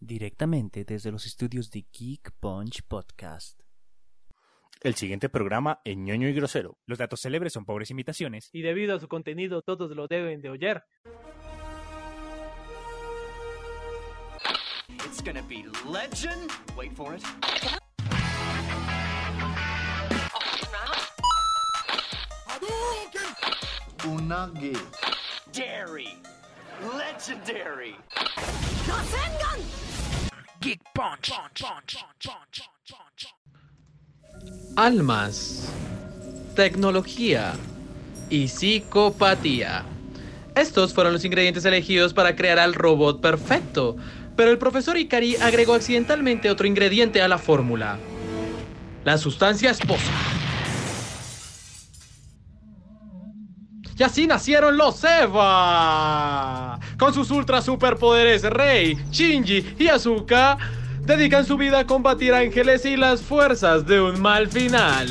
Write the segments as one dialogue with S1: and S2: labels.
S1: directamente desde los estudios de Geek Punch Podcast.
S2: El siguiente programa es ñoño y grosero.
S3: Los datos célebres son pobres imitaciones.
S4: y debido a su contenido todos lo deben de oír.
S5: It's gonna be legend. Wait for it.
S6: Unagi.
S5: Dairy. Legendary.
S7: almas, tecnología y psicopatía. Estos fueron los ingredientes elegidos para crear al robot perfecto, pero el profesor Ikari agregó accidentalmente otro ingrediente a la fórmula. La sustancia esposa. Y así nacieron los Eva. Con sus ultra superpoderes, Rey, Shinji y Azuka dedican su vida a combatir ángeles y las fuerzas de un mal final.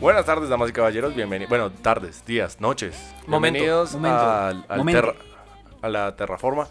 S8: Buenas tardes, damas y caballeros. Bienvenidos. Bueno, tardes, días, noches.
S1: Momento,
S8: Bienvenidos
S1: momento,
S8: al, al
S1: momento.
S8: terra- a la terraforma,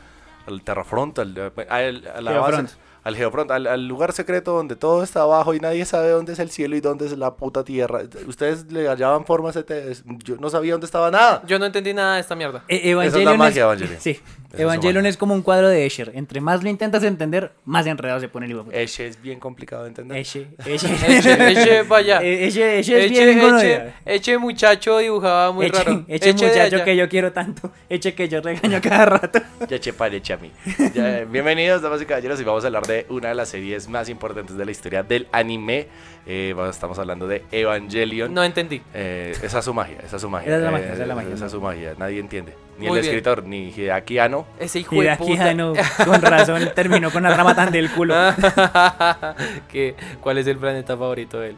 S8: al terrafront, al, al- a la
S1: Geofront.
S8: base- al geofront, al, al lugar secreto donde todo está abajo y nadie sabe dónde es el cielo y dónde es la puta tierra. Ustedes le hallaban formas, ETS, yo no sabía dónde estaba nada.
S7: Yo no entendí nada de esta mierda.
S1: E-
S8: Esa es la magia, Evangelion.
S1: Sí.
S8: es su
S1: Evangelion
S8: magia.
S1: es como un cuadro de Escher. Entre más lo intentas entender, más enredado se pone el hijo de puta.
S8: Ese es bien complicado de entender.
S1: Escher. Escher.
S7: Eche, eche vaya.
S1: E- Escher Escher es bien
S7: Eche,
S1: ninguno de-
S7: eche, eche muchacho dibujaba muy
S1: Eche-
S7: raro.
S1: Eche
S7: Eche de
S1: muchacho
S7: allá.
S1: que yo quiero tanto. Eche que yo regaño cada rato.
S8: Ya che pare, chami. Ya, eh, bienvenidos, damas y caballeros, y vamos a hablar de una de las series más importantes de la historia del anime. Eh, va- estamos hablando de Evangelion.
S7: No entendí.
S8: Eh, esa es su magia, esa es su magia.
S1: Esa es la
S8: Eh,
S1: magia, esa es la magia.
S8: esa es su magia, nadie entiende. Ni
S7: Muy
S8: el
S7: bien.
S8: escritor, ni Hideaki Anno.
S7: Ese hijo
S1: Y de
S7: de
S1: aquí
S7: puta.
S1: ya no, con razón, terminó con la rama tan del culo.
S8: Ah.
S7: ¿Qué? ¿Cuál es el planeta favorito de él?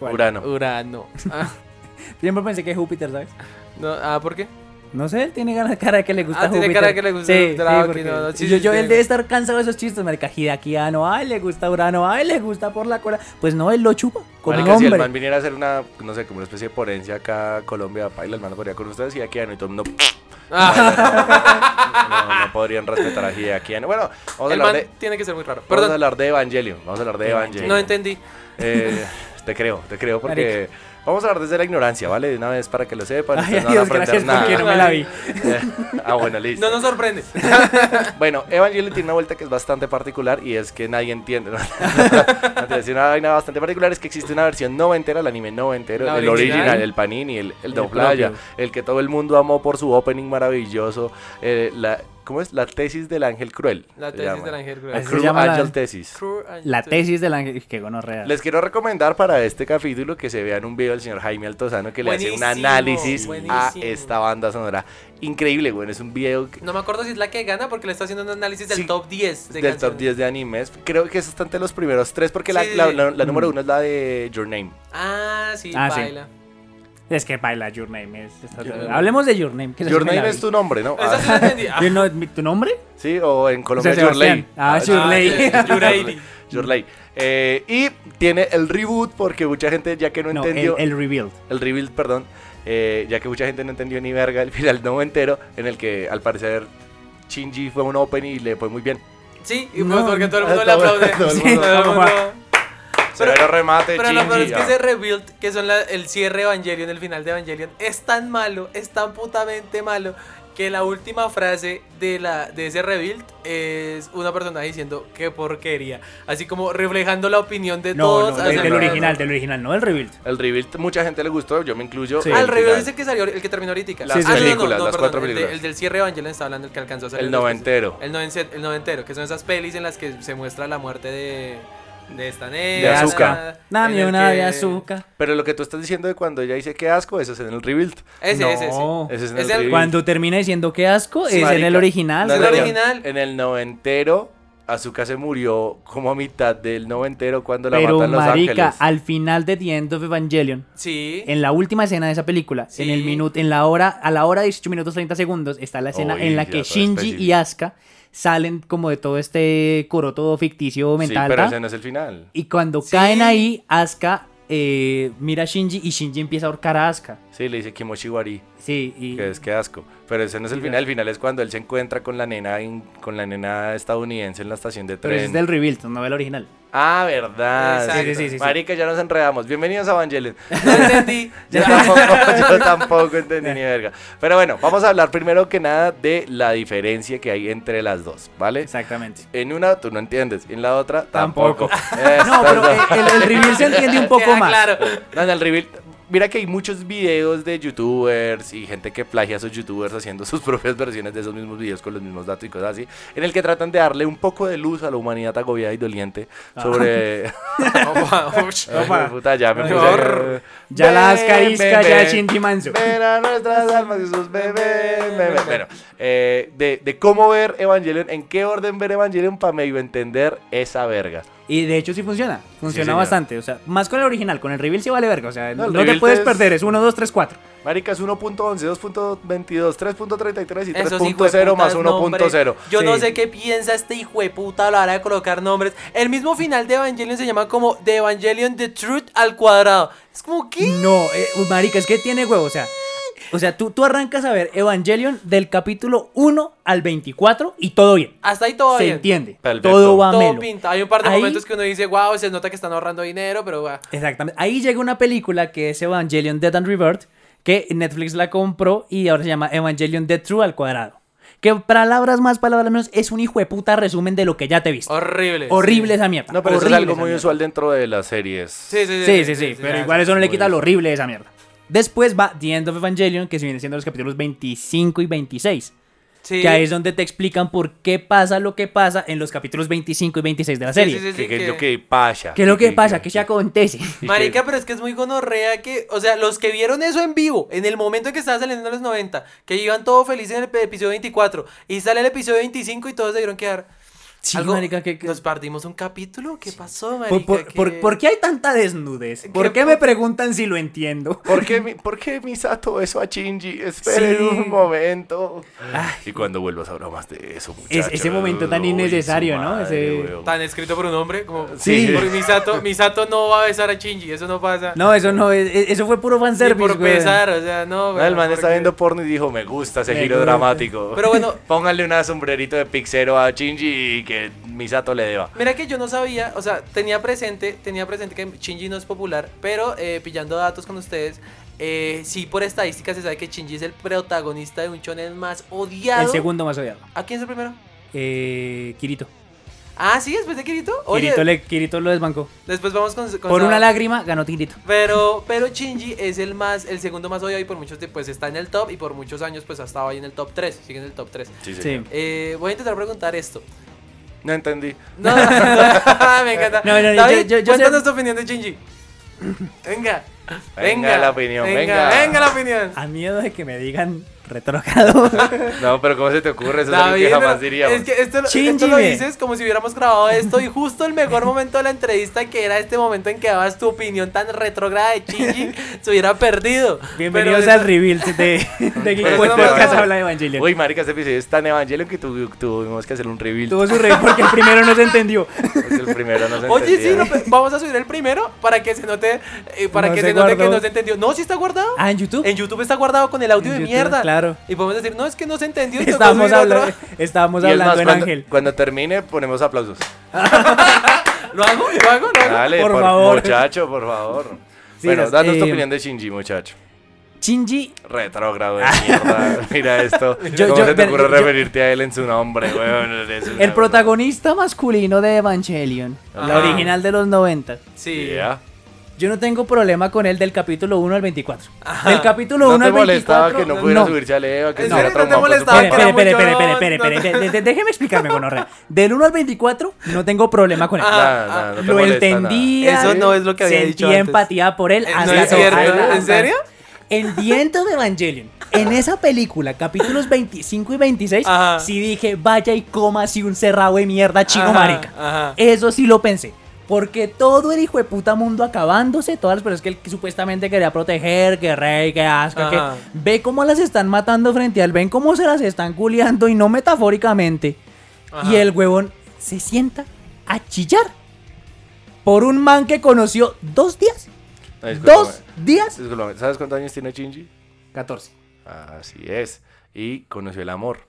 S1: ¿Cuál?
S8: Urano.
S7: Urano. Ah,
S1: Siempre pensé que Júpiter, ¿sabes?
S7: no, ah, ¿por qué?
S1: No sé, él tiene ganas- cara de que le gusta
S7: Ah, tiene
S1: Júpiter.
S7: cara que le gusta
S1: Sí,
S7: Júpiter,
S1: sí,
S7: ah, ok,
S1: porque
S7: no, no, sí,
S1: yo,
S7: sí,
S1: yo,
S7: sí,
S1: él
S7: sí.
S1: debe estar cansado de esos chistes, marica. Hidakiano, ay, le gusta Urano, ay, le gusta por la cola. Pues no, él lo chupa con
S8: Marica,
S1: un
S8: si el
S1: hombre.
S8: man viniera a hacer una, no sé, como una especie de ponencia acá a Colombia, paila, el man no podría con ustedes Hideaki Anno y todo el mundo. No, no podrían respetar a Hideaki Anno. Bueno, vamos a
S7: Ah, El
S8: hablar
S7: man
S8: de.
S7: tiene que ser muy raro.
S8: Vamos a
S7: Perdón,
S8: hablar de Evangelion. Vamos a hablar de Evangelion.
S7: no entendí.
S8: Eh, te creo, te creo porque vamos a hablar desde la ignorancia, ¿vale? De una vez para que lo sepan,
S1: Ay,
S8: ustedes no van a
S1: Dios,
S8: aprender
S1: gracias porque no
S8: nada.
S1: me la vi.
S8: Eh, ah, bueno, listo.
S7: No nos sorprende.
S8: Bueno, Evangelion tiene una vuelta que es bastante particular y es que nadie entiende. ¿no? No, te decía, una vaina bastante particular es que existe una versión noventera, el anime noventero,
S7: La
S8: el
S7: original.
S8: original, el Panini, el, el doblaya,
S1: propio.
S8: el que todo el mundo amó por su opening maravilloso, eh, la, ¿cómo es? La tesis del ángel cruel.
S7: La
S8: se
S7: tesis
S8: llama.
S7: del ángel
S8: A
S7: cruel.
S1: Así se
S8: Cruel
S1: llama la-
S8: Angel Thesis.
S7: Cruel and-
S1: La tesis del ángel. Que gonorrea.
S8: Les quiero recomendar para este capítulo que se vean un video del señor Jaime Altozano que le hace un
S7: Buenísimo,
S8: análisis a
S7: buenísimo.
S8: esta banda sonora. Increíble, bueno, es un video que-
S7: No me acuerdo si es la que gana porque le está haciendo un análisis del
S8: Sí,
S7: top 10. de
S8: del top
S7: canciones.
S8: 10 de animes. Creo que es está entre los primeros tres porque la,
S7: Sí, sí,
S8: la-
S7: sí.
S8: la- la
S1: Mm.
S8: número uno es la de Your Name.
S7: Ah, sí,
S1: Ah, sí.
S7: baila.
S1: Es que baila Your Name. es- está-
S7: Your Name.
S1: Hablemos de Your Name. que esa sí
S8: Your
S1: me la
S8: Name
S1: vi.
S8: es tu nombre, ¿no?
S7: Esa sí la entendí. Ah,
S1: Yo no- mi- ¿Tu nombre?
S8: Sí, o en Colombia,
S1: Sebastián.
S8: Yurley.
S1: Ah, Yurley.
S8: Yurley. Yurley. Eh, y tiene el reboot porque mucha gente, ya que no,
S2: No, el,
S8: entendió.
S2: el Rebuild.
S8: el rebuild, perdón, eh, ya que mucha gente no entendió ni verga el final no entero, en el que al parecer Shinji fue un open y le fue muy bien.
S6: Sí, y
S1: No.
S6: pues porque todo el mundo le
S8: Todo-
S6: aplaude.
S8: todo el
S6: Sí,
S8: mundo.
S6: todo el mundo. Pero-
S8: Severo remate,
S6: Pero
S8: Shinji.
S6: lo peor es que
S8: ah.
S6: ese rebuild, que son la- el cierre de Evangelion, el final de Evangelion, es tan malo, es tan putamente malo, que la última frase de, la, de ese rebuild es una persona diciendo qué porquería. Así como reflejando la opinión de
S1: No,
S6: todos.
S1: no,
S6: hacia
S1: del,
S6: el-
S1: del original, del original, no del rebuild.
S8: El rebuild mucha gente le gustó, yo me incluyo.
S1: Sí.
S6: Ah, el
S8: El
S6: rebuild
S8: final,
S6: es el que salió, el que terminó ahorita.
S8: Las
S6: Ah, no, no, no,
S8: películas,
S6: no,
S8: las
S6: perdón,
S8: cuatro
S6: el de-
S8: películas.
S6: El del cierre de Evangelion está hablando, el que alcanzó a salir.
S8: el
S6: después.
S8: noventero.
S6: El, novense- el noventero, que son esas pelis en las que se muestra la muerte de, de esta nena.
S8: Asuka.
S6: en
S1: Dame
S6: el
S1: una de
S6: que-
S1: azúcar.
S8: Pero lo que tú estás diciendo de cuando ella dice que asco, eso es en el rebuild.
S6: Ese, ese, ese.
S1: No.
S8: Ese es en
S6: Es
S8: el,
S6: el-
S8: rebuild.
S1: Cuando termina diciendo que asco,
S6: Sí,
S1: es en el
S8: marica.
S1: original.
S8: No,
S6: Es el
S8: no, no.
S6: original.
S8: En el noventero, Azuka se murió como a mitad del noventero cuando la
S1: Pero
S8: matan Los
S1: marica,
S8: Ángeles.
S1: al final de The End of Evangelion,
S6: Sí.
S1: en la última escena de esa película,
S6: Sí.
S1: en el minuto, en la hora, a la hora 18 minutos 30 segundos, está la escena
S8: Uy,
S1: en la
S8: ya
S1: que
S8: todo
S1: Shinji y
S8: específico.
S1: Asuka salen como de todo este coro todo ficticio
S8: Sí,
S1: mental.
S8: pero
S1: ¿ta?
S8: ese no es el final.
S1: Y cuando
S6: Sí.
S1: caen ahí, Asuka eh, mira a Shinji y Shinji empieza a ahorcar a Asuka.
S8: Sí, le dice Kimoshiwari.
S1: Sí, y
S8: Que es que asco. Pero ese no es el final. El final es cuando él se encuentra con la nena in- con la nena estadounidense en la estación de
S1: pero ese
S8: tren.
S1: es del rebuild, no del original.
S8: Ah, verdad.
S6: Exacto. Sí, sí, sí, sí, sí.
S8: Marica, ya nos enredamos. Bienvenidos a Evangelion.
S6: No entendí.
S8: Yo tampoco, yo tampoco entendí ni verga. Pero bueno, vamos a hablar primero que nada de la diferencia que hay entre las dos, ¿vale?
S1: Exactamente.
S8: En una tú no entiendes, en la otra
S1: Tampoco.
S8: tampoco. Estas
S1: No, pero
S8: dos.
S1: eh, el, el reveal se entiende un poco
S6: Queda
S1: más.
S6: Claro.
S8: No, en el reveal- Mira que hay muchos videos de youtubers y gente que plagia a sus youtubers haciendo sus propias versiones de esos mismos videos con los mismos datos y cosas así, en el que tratan de darle un poco de luz a la humanidad agobiada y doliente
S1: Ah.
S8: sobre...
S6: Oh,
S8: Ay, puta, ya me
S1: Ay,
S8: puse-
S6: horror.
S1: Ya la
S8: Ven,
S1: Asuka Isca,
S8: ven,
S1: ya
S8: ven.
S1: Shinji Manso.
S8: Ven a nuestras almas y sus bebés. bebés. Bueno, eh, de, de cómo ver Evangelion, en qué orden ver Evangelion para medio entender esa verga.
S1: Y de hecho sí funciona, funciona
S8: señor.
S1: bastante, o sea, más con el original, con el reveal sí vale verga, o sea,
S8: No,
S1: no,
S8: el
S1: te
S8: reveal
S1: puedes
S8: es-
S1: perder, es 1, 2, 3, 4.
S8: Marica es 1.11, 2.22, 3.33 y
S6: Esos hijos
S8: 3.0 más
S6: de putas
S8: 1.0.
S6: nombres. Yo no
S1: Sí.
S6: sé qué piensa este hijo de puta a la hora de colocar nombres. El mismo final de Evangelion se llama como The Evangelion The Truth al cuadrado. Es como que.
S1: No, eh, uy, marica, es que tiene huevo, o sea, o sea, tú, tú arrancas a ver Evangelion del capítulo 1 al 24 y todo bien,
S6: Hasta ahí todo
S1: se
S6: bien.
S1: entiende,
S8: Perfecto.
S1: todo va
S6: Todo
S1: melo.
S6: pinta. Hay un par de
S1: Ahí-
S6: momentos que uno dice, wow, se nota que están ahorrando dinero, pero guau".
S1: Exactamente, ahí llega una película que es Evangelion Dead and Rebirth, que Netflix la compró y ahora se llama Evangelion Dead True al cuadrado. Que palabras más, palabras menos, es un hijo de puta resumen de lo que ya te viste.
S6: horrible.
S1: Horrible esa mierda.
S8: No, pero eso es
S1: horrible
S8: algo
S1: esa
S8: muy
S1: mierda.
S8: usual dentro de las series.
S6: Sí, sí, sí.
S1: Sí, sí, sí, pero
S6: sí,
S1: igual
S6: sí.
S1: eso no le
S8: muy
S1: quita
S8: bien.
S1: lo horrible de esa mierda. Después va The End of Evangelion, que se viene siendo los capítulos 25 y 26.
S6: Sí.
S1: Que ahí es donde te explican por qué pasa lo que pasa en los capítulos 25 y 26 de la
S6: Sí,
S1: serie.
S6: sí, sí, sí,
S8: Que, que
S6: que-
S8: es lo que pasa.
S1: ¿Qué es lo que
S8: Y-
S1: pasa? ¿Qué se acontece?
S8: y que-
S6: Marica, pero es que es muy gonorrea que, o sea, los que vieron eso en vivo, en el momento en que estaba saliendo en los 90, que iban todos felices en el pe- episodio 24, y sale el episodio 25 y todos se dieron quedar.
S1: Sí,
S6: algo-
S1: marica, que- que-
S6: ¿Nos perdimos un capítulo? ¿Qué pasó, marica?
S1: ¿Por, por-
S6: ¿Qué-
S1: por- por qué hay tanta desnudez? ¿Por
S6: ¿Qué
S1: qué me
S6: po-
S1: preguntan si lo entiendo?
S8: ¿Por qué, mi- ¿Por qué Misato eso a Shinji? Esperen
S1: Sí.
S8: un momento. Y cuando vuelvas a hablar más de eso, muchachos.
S1: ese momento tan innecesario, ¿no? Ese-
S6: Tan escrito por un hombre, como...
S8: Sí.
S6: Porque Misato, Misato no va a besar a Shinji, eso no pasa.
S1: No, eso no, es- es- eso fue puro
S6: Ni
S1: fanservice,
S6: por
S1: güey.
S6: pesar, o sea, no.
S8: No, el man está
S6: porque-
S8: viendo porno y dijo, me gusta ese
S1: Me
S8: giro
S1: gusta".
S8: dramático.
S6: Pero bueno-
S8: pónganle un sombrerito de pixero a Shinji y que Misato le deba.
S6: Mira que yo no sabía, o sea, tenía presente, tenía presente que Shinji no es popular, pero eh, pillando datos con ustedes, eh, sí por estadística se sabe que Shinji es el protagonista de un shonen más odiado.
S1: El segundo más odiado.
S6: ¿A quién es el primero?
S1: Eh, Kirito.
S6: Ah, sí, después de Kirito. Oye,
S1: Kirito, le- Kirito lo desbancó.
S6: después vamos con, con
S1: Por
S6: Saba.
S1: una lágrima ganó Kirito.
S6: Pero, pero Shinji es el más, el segundo más odiado y por muchos, pues está en el top y por muchos años pues ha estado ahí en el top 3, sigue en el top 3.
S1: Sí.
S6: Eh, voy a intentar preguntar esto.
S8: No entendí.
S6: No, me encanta.
S1: No, no, no,
S6: David,
S1: yo- yo- yo
S6: cuéntanos
S1: sé-
S6: tu opinión de Shinji. Venga.
S8: Venga Ah, la opinión, venga.
S6: Venga la opinión.
S1: A miedo de que me digan Retrogrado.
S8: No, pero ¿cómo se te ocurre? Eso es algo
S6: David,
S8: que jamás
S6: no,
S8: diríamos.
S6: Es que esto, lo-
S1: Chin,
S6: esto lo
S1: Jimmy.
S6: dices como si hubiéramos grabado esto y justo el mejor momento de la entrevista, que era este momento en que dabas tu opinión tan retrógrada de Chingy, se hubiera perdido.
S1: Bienvenidos
S6: Pero-
S1: al reveal de, de Geek
S8: Pero
S1: Podcast
S6: no, no, no.
S1: habla de Evangelion.
S8: Uy, marica, este episodio es tan evangelio que tu- tuvimos que hacer un reveal.
S1: Tuvo su reveal porque el primero no se entendió.
S8: Porque el primero no se
S6: Oye, sí,
S8: entendía.
S6: lo pe- vamos a subir el primero para que se note, eh, para
S1: No
S6: que
S1: se
S6: se, note que
S1: guardó.
S6: no se entendió. No, sí está guardado.
S1: Ah, en YouTube.
S6: En YouTube está guardado con el audio
S1: En
S6: de
S1: YouTube,
S6: mierda.
S1: claro.
S6: Y podemos decir, no, es que no se entendió. y tocó
S1: estábamos
S6: subir otro.
S1: hablando, estábamos
S8: Y es
S1: hablando
S8: más,
S1: en
S8: cuando,
S1: Ángel.
S8: cuando termine, ponemos aplausos.
S6: ¿Lo hago? ¿Lo hago? ¿Lo hago?
S8: Dale,
S1: Por
S8: por,
S1: favor.
S8: Muchacho, por favor.
S1: Sí,
S8: bueno,
S1: es-
S8: danos tu
S1: eh,
S8: opinión de Shinji, muchacho.
S1: Shinji,
S8: Retrógrado de mierda. Mira esto.
S1: Yo-
S8: ¿Cómo
S1: yo-
S8: se te ocurre
S1: yo-
S8: referirte a él en su nombre, weón? Eres una-
S1: el protagonista masculino de Evangelion, la
S6: Ah.
S1: original de los 90.
S6: Sí.
S8: Yeah.
S1: Yo no tengo problema con él del capítulo 1 al 24. Del capítulo
S8: ¿No
S1: 1
S8: te
S1: al
S8: molestaba
S1: 24.
S8: que no
S6: no,
S8: pudiera
S1: no.
S8: subirse a Leva? Que
S6: ¿En
S8: estuviera
S6: serio no te
S8: traumado por su
S6: molestaba
S8: padre?
S6: que
S1: Espere,
S6: era muy
S1: espere, espere, espere,
S6: llorón,
S1: espere,
S6: no,
S1: espere, de- de- déjeme explicarme, gonorrea. Del 1 al 24 no tengo problema con él.
S8: Nah, nah, no te
S1: Ah, lo
S8: molesta nada.
S1: entendía.
S6: Eso no es lo que había
S1: sentía
S6: dicho antes.
S1: empatía por él.
S6: Eh,
S1: hacia
S6: no
S8: es
S1: su
S8: cierto,
S1: abuela.
S6: ¿en serio?
S1: El viento de Evangelion. En esa película, capítulos 25 y 26,
S6: Ajá.
S1: sí dije, vaya y coma así un cerrado de mierda chino
S6: Ajá,
S1: marica.
S6: ajá.
S1: Eso sí lo pensé. Porque todo el hijo de puta mundo acabándose, todas las personas que él supuestamente quería proteger, que rey, que asco, que
S6: Ajá.
S1: ve cómo las están matando frente a él, ven cómo se las están culiando y no metafóricamente.
S6: Ajá.
S1: Y el huevón se sienta a chillar por un man que conoció dos días.
S8: No, discúlpame.
S1: Dos días.
S8: Discúlpame, ¿Sabes cuántos años tiene Shinji?
S1: 14.
S8: Así es. Y conoció el amor.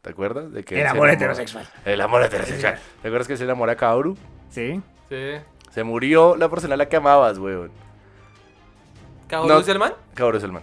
S8: ¿Te acuerdas? De que
S1: El
S8: él se
S1: amor
S8: enamoró-
S1: heterosexual.
S8: El amor heterosexual. ¿Te acuerdas que se enamora a Kaoru?
S1: Sí.
S6: Sí.
S8: Se murió la persona a la que amabas, weón.
S6: ¿Cabo
S8: No.
S6: Luz del man?
S8: Kaoru es el man.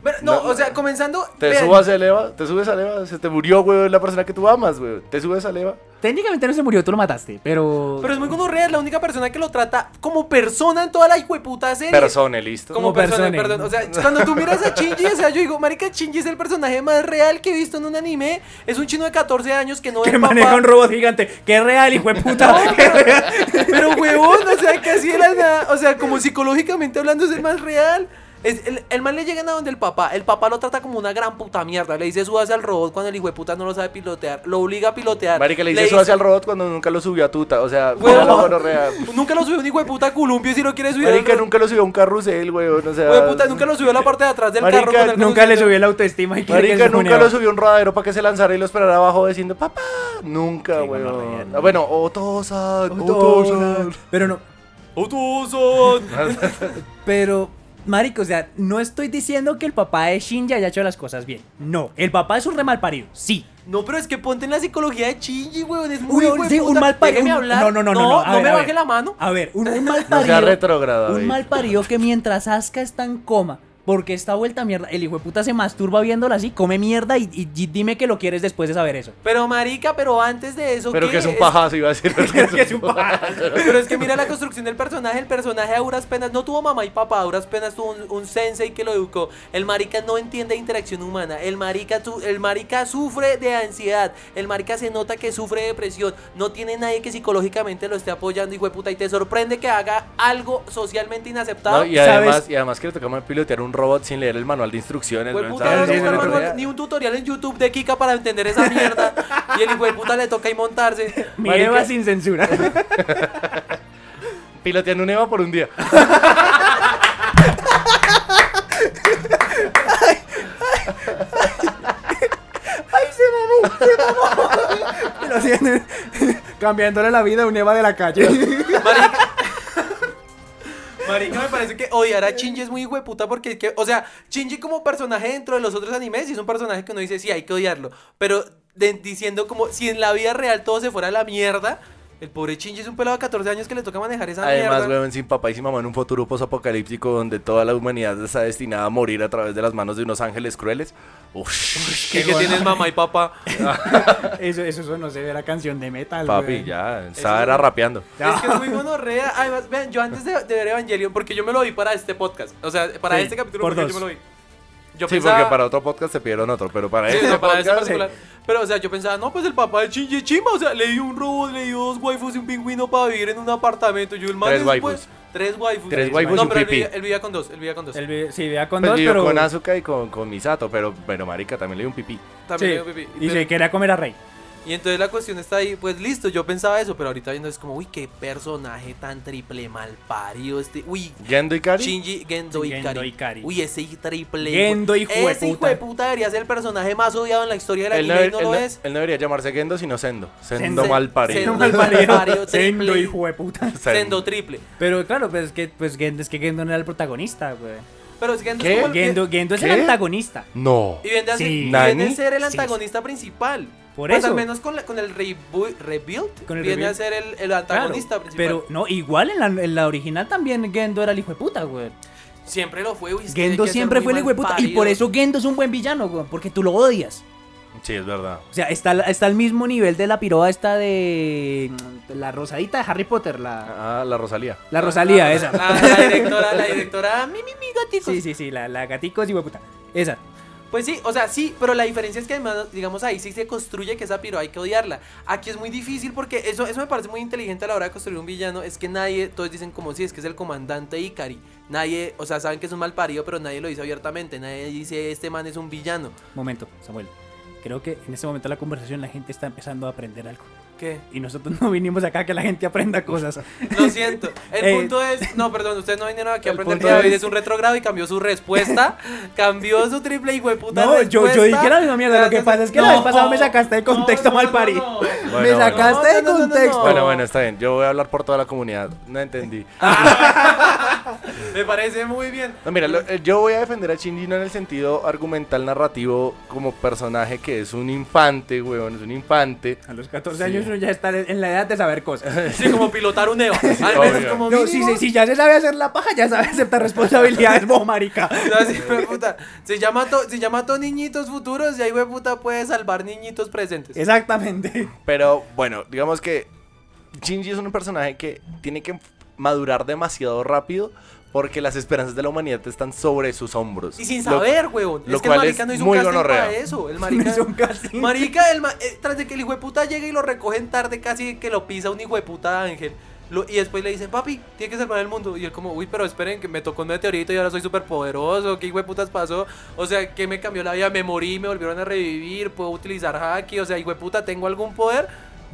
S6: Pero, no,
S8: No.
S6: o sea, comenzando.
S8: Te
S6: vean,
S8: subas a Leva, te subes a Leva, se te murió, weón, la persona que tú amas, weón. Te subes a Leva.
S1: Técnicamente no se murió, tú lo mataste, pero...
S6: Pero es muy gonorrea, es la única persona que lo trata como persona en toda la hijueputa serie.
S8: Persone, listo.
S6: Como
S1: Como
S6: persona,
S1: persona.
S6: perdón. O sea, cuando tú miras a Shinji, o sea, yo digo, marica, Shinji es el personaje más real que he visto en un anime. Es un chino de 14 años que no es
S1: Que
S6: papá.
S1: maneja un robot gigante. Que es real, hijo de puta. que es real.
S6: Pero huevón, o sea, casi era nada. O sea, como psicológicamente hablando es el más real. Es, el, el man le llegan a donde el papá. El papá lo trata como una gran puta mierda. Le dice subas al robot cuando el hijo de puta no lo sabe pilotear. Lo obliga a pilotear.
S8: Marica le dice eso hacia el robot cuando nunca lo subió a tuta. O sea,
S6: Weón.
S8: mira la gonorrea.
S6: Nunca lo subió un hijo de puta a columpio si no quiere subir. al
S8: Marica
S6: ro-
S8: nunca lo subió a un carrusel, weón. O sea,
S6: Hijo de puta, nunca lo subió a la parte de atrás del
S8: Marica,
S6: carro. con el
S1: Nunca le
S6: crucero.
S1: subió la autoestima y quiere que
S8: Marica
S1: se
S8: nunca
S1: funeaba.
S8: lo subió a un rodadero para que se lanzara y lo esperara abajo diciendo papá. Nunca, weón. Ah, Bueno, Otosan, Otosan.
S1: Pero Oh, no,
S8: Ah.
S1: pero marico, o sea, no estoy diciendo que el papá de Shinji haya hecho las cosas bien. No, el papá es un re mal parido, sí.
S6: No, pero es que ponte en la psicología de Shinji, weón. Es muy
S1: Un,
S6: hijo de
S1: sí, un
S6: puta.
S1: mal parido.
S6: Déjeme
S1: un-
S6: hablar.
S1: No, no, no, no, no,
S6: No,
S1: a ver,
S6: me
S1: a ver. Ah.
S6: baje la mano.
S1: A ver, un, un mal
S8: No
S1: parido.
S8: sea retrógrado.
S1: Un
S8: David.
S1: mal parido que mientras Asuka está en coma, porque está vuelta a mierda, el hijo de puta se masturba viéndola así, come mierda y, y- y dime que lo quieres después de saber eso.
S6: Pero marica, pero antes de eso.
S8: Pero
S6: ¿qué?
S8: que es un pajazo, iba a decir. Pero que es un pajazo.
S6: Pero es que mira la construcción del personaje. El personaje a duras penas no tuvo mamá y papá. A duras penas tuvo un, un sensei que lo educó. El marica no entiende interacción humana. El marica, tu- el marica sufre de ansiedad. El marica se nota que sufre de depresión. No tiene nadie que psicológicamente lo esté apoyando, hijo de puta. Y te sorprende que haga algo socialmente inaceptable.
S8: No, y,
S1: ¿Sabes?
S8: además, y además que le tocaba pilotear un robot sin leer el manual de instrucciones.
S6: Hijo de
S8: weón,
S6: puta,
S8: ¿sabes?
S6: no
S8: Sí,
S6: busca
S8: no,
S6: manual,
S8: no, no.
S6: ni un tutorial en YouTube de Kika para entender esa mierda. y el hijo de puta le toca y montarse.
S1: Mi
S8: Marica.
S1: Eva sin censura.
S6: Ah,
S8: Piloteando un EVA por un día.
S1: Y lo hacían cambiándole la vida a un Eva de la calle.
S6: Marica, me parece que odiar a Shinji es muy hueputa porque, es que, o sea, Shinji como personaje dentro de los otros animes sí es un personaje que uno dice, sí, hay que odiarlo. Pero de- diciendo como si en la vida real todo se fuera a la mierda, el pobre Shinji es un pelado de 14 años que le toca manejar esa
S8: Además,
S6: mierda.
S8: weón, sin papá y sin mamá en un futuro posapocalíptico donde toda la humanidad está destinada a morir a través de las manos de unos ángeles crueles. Uf,
S6: que tienes mamá y papá.
S8: Ah.
S1: eso, eso, eso no se ve la canción de metal.
S8: Papi,
S1: weón.
S8: ya, estaba era rapeando.
S6: Es que es muy gonorrea. Además, vean, yo antes de, de ver Evangelion, porque yo me lo vi para este podcast, o sea, para
S8: Sí,
S6: este capítulo,
S8: por
S6: porque
S8: dos.
S6: yo me lo vi. Yo
S8: sí,
S6: pensaba-
S8: porque para otro podcast se pidieron otro, pero para
S6: Sí,
S8: este
S6: no, para ese
S8: podcast,
S6: particular. Pero, o sea, yo pensaba, no, pues el papá de Shinji es Chimba, o sea, le dio un robot, le dio dos waifus y un pingüino para vivir en un apartamento. Yo, el man
S8: Tres
S6: es,
S8: waifus.
S6: pues, tres waifus.
S8: Tres waifus y
S6: No,
S8: un
S6: pero él
S8: pipí.
S6: vivía, él vivía con dos, él vivía con dos.
S1: Él vi- sí, vivía con
S8: pues,
S1: dos,
S8: yo
S1: pero.
S8: con Azuka y con, con Misato, pero, pero marica, también le dio un pipí.
S6: También
S1: Sí,
S6: le dio pipí.
S1: Y se quería comer a Rey.
S6: Y entonces la cuestión está ahí, pues listo, yo pensaba eso, pero ahorita viendo es como, uy, qué personaje tan triple mal parido este. Uy,
S8: Gendo Ikari.
S6: Shinji Gendo
S1: Sí, Gendo
S6: Ikari.
S1: Ikari.
S6: Uy, ese triple.
S1: Gendo hijueputa.
S6: Ese hijo de puta debería ser el personaje más odiado en la historia de la
S8: Él no,
S6: vida y no
S8: él
S6: lo
S8: no-
S6: es.
S8: él no debería llamarse Gendo, sino Sendo. Sendo
S6: Sendo.
S8: mal parido.
S6: Sendo malparido. Parió triple.
S1: Sendo, hijo de puta.
S6: Sendo triple.
S1: Pero claro, pues es que, pues, Gendo, es que Gendo no era el protagonista, güey.
S6: Pero es Gendo
S1: ¿Qué?
S6: es como el-
S1: Gendo, Gendo es el
S6: ¿Qué?
S1: antagonista.
S8: No.
S6: Y viene a, ser,
S1: Sí.
S6: y viene a
S1: ¿Nani?
S6: ser el
S1: Sí, sí.
S6: antagonista principal.
S1: Por
S6: Pues
S1: eso.
S6: al menos con, la- con el rebu- rebuild,
S1: Con el
S6: viene
S1: rebuild.
S6: a ser el, el
S1: Claro,
S6: antagonista principal.
S1: Pero no, igual en la, en la original también Gendo era el hijo de puta, güey.
S6: siempre lo fue. uy, es que hay
S1: Gendo
S6: que ser
S1: siempre
S6: muy
S1: fue el hijo de puta. Y
S6: malparido.
S1: por eso Gendo es un buen villano, güey. Porque tú lo odias.
S8: Sí, es verdad.
S1: O sea, está, al- está al mismo nivel de la piroa esta de. mm, La rosadita de Harry Potter, la.
S8: Ah, la Rosalía.
S1: La Rosalía,
S6: la- Ah,
S1: esa.
S6: La, la directora, la directora, mi, mi, mi, gaticos.
S1: Sí, sí, sí, la, la gaticos y puta. Esa.
S6: Pues sí, o sea, sí, pero la diferencia es que además, digamos, ahí sí se construye que esa piro hay que odiarla. Aquí es muy difícil porque eso, eso me parece muy inteligente a la hora de construir un villano. Es que nadie, todos dicen como si es que es el comandante Ikari. Nadie, o sea, saben que es un mal parido, pero nadie lo dice abiertamente. Nadie dice este man es un villano.
S1: Momento, Samuel. Creo que en este momento de la conversación la gente está empezando a aprender algo.
S6: ¿Qué?
S1: Y nosotros no vinimos acá a que la gente aprenda cosas.
S6: Lo siento. El
S1: Eh,
S6: punto es. No, perdón, ustedes no vinieron aquí a aprender.
S1: punto
S6: David es...
S1: es-
S6: un retrogrado y cambió su respuesta. cambió su triple y puta.
S1: No, yo, yo dije la misma mierda. Lo que pasa es que la vez
S6: No.
S1: pasada me sacaste de contexto mal parido. me
S8: Bueno,
S1: sacaste de contexto.
S8: Bueno, bueno, está bien. Yo voy a hablar por toda la comunidad. No entendí.
S6: Ah. Me parece muy bien.
S8: No, mira, lo- eh, yo voy a defender a Shinji no en el sentido argumental narrativo como personaje que es un infante, weón, es un infante.
S1: A los 14
S8: Sí.
S1: años uno ya está en la edad de saber cosas.
S6: Sí, como pilotar un Eva. Al menos
S8: Obvio.
S6: como
S1: No, si,
S6: mínimo-
S1: si- si ya se sabe hacer la paja, ya sabe aceptar responsabilidades, vos, marica.
S6: No, sí, hueputa. Si llama, to- si llama a todos niñitos futuros, y ahí puta puede salvar niñitos presentes.
S1: Exactamente.
S8: Pero bueno, digamos que Shinji es un personaje que tiene que madurar demasiado rápido porque las esperanzas de la humanidad están sobre sus hombros.
S6: Y sin
S8: Lo-
S6: saber, huevón.
S8: lo
S6: es que el
S8: cual
S6: marica
S8: es
S6: no hizo
S8: muy
S6: un casting
S8: gonorrea.
S6: para eso. El marica, Marica, el ma- eh, tras de que el hijo de puta llega y lo recogen tarde, casi que lo pisa un hijo de puta ángel. Lo- y después le dicen, papi, tiene que salvar el mundo. Y él como, uy, pero esperen, que me tocó un meteorito y ahora soy súper poderoso. ¿Qué hijo de putas pasó? O sea, que me cambió la vida? Me morí, me volvieron a revivir, puedo utilizar haki. O sea, hijo de puta, ¿tengo algún poder?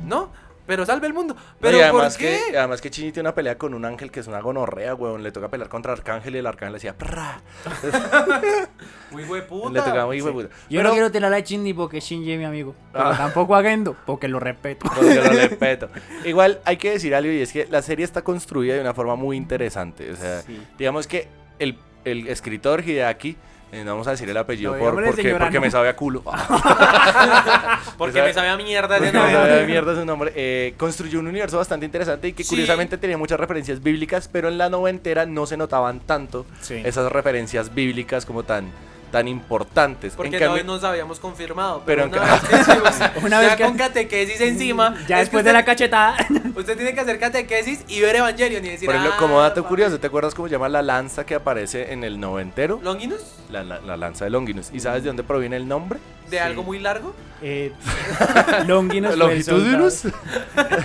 S6: No, pero salve el mundo. Pero
S8: y
S6: ¿por
S8: además
S6: qué?
S8: que, además que Shinji tiene una pelea con un ángel que es una gonorrea, weón. Le toca pelear contra Arcángel y el Arcángel le decía, "Prrra".
S6: Uy, hijo de puta.
S8: Le tocaba muy hijo de puta.
S1: Yo no quiero tirar a Shinji porque Shinji es mi amigo. Pero
S8: Ah.
S1: tampoco a Gendo porque lo respeto.
S8: Porque lo respeto. Igual hay que decir algo y es que la serie está construida de una forma muy interesante. O sea,
S1: Sí.
S8: digamos que el, el escritor Hideaki, eh, no vamos a decir el apellido
S6: No,
S8: por-
S6: digámosle
S8: porque,
S6: señora,
S8: porque
S6: no.
S8: me sabe a culo. Ah,
S6: Porque me sabe a mierda ese
S8: Me sabe
S6: nombre.
S8: a mierda ese nombre. Eh, construyó un universo bastante interesante y que
S6: Sí.
S8: curiosamente tenía muchas referencias bíblicas, pero en la noventera no se notaban tanto
S6: Sí.
S8: esas referencias bíblicas como tan, tan importantes.
S6: Porque
S8: En
S6: no
S8: cambio-
S6: nos habíamos confirmado.
S8: Pero
S6: Pero,
S8: en
S6: una,
S8: ca-
S6: vez que hicimos-
S1: Una
S6: ya
S1: vez que-
S6: con catequesis encima.
S1: Ya
S6: es que
S1: después de
S6: usted-
S1: la cachetada.
S6: Usted tiene que hacer catequesis y ver Evangelion y decir.
S8: Por ejemplo,
S6: "Ah,
S8: como dato curioso, ¿te acuerdas cómo se llama la lanza que aparece en el noventero?
S6: ¿Longinus?
S8: La, la- la lanza de Longinus. ¿Y sabes de dónde proviene el nombre?
S6: ¿De algo muy largo?
S1: Eh, Longinus fue el
S8: ¿Longitudinus?
S1: soldado.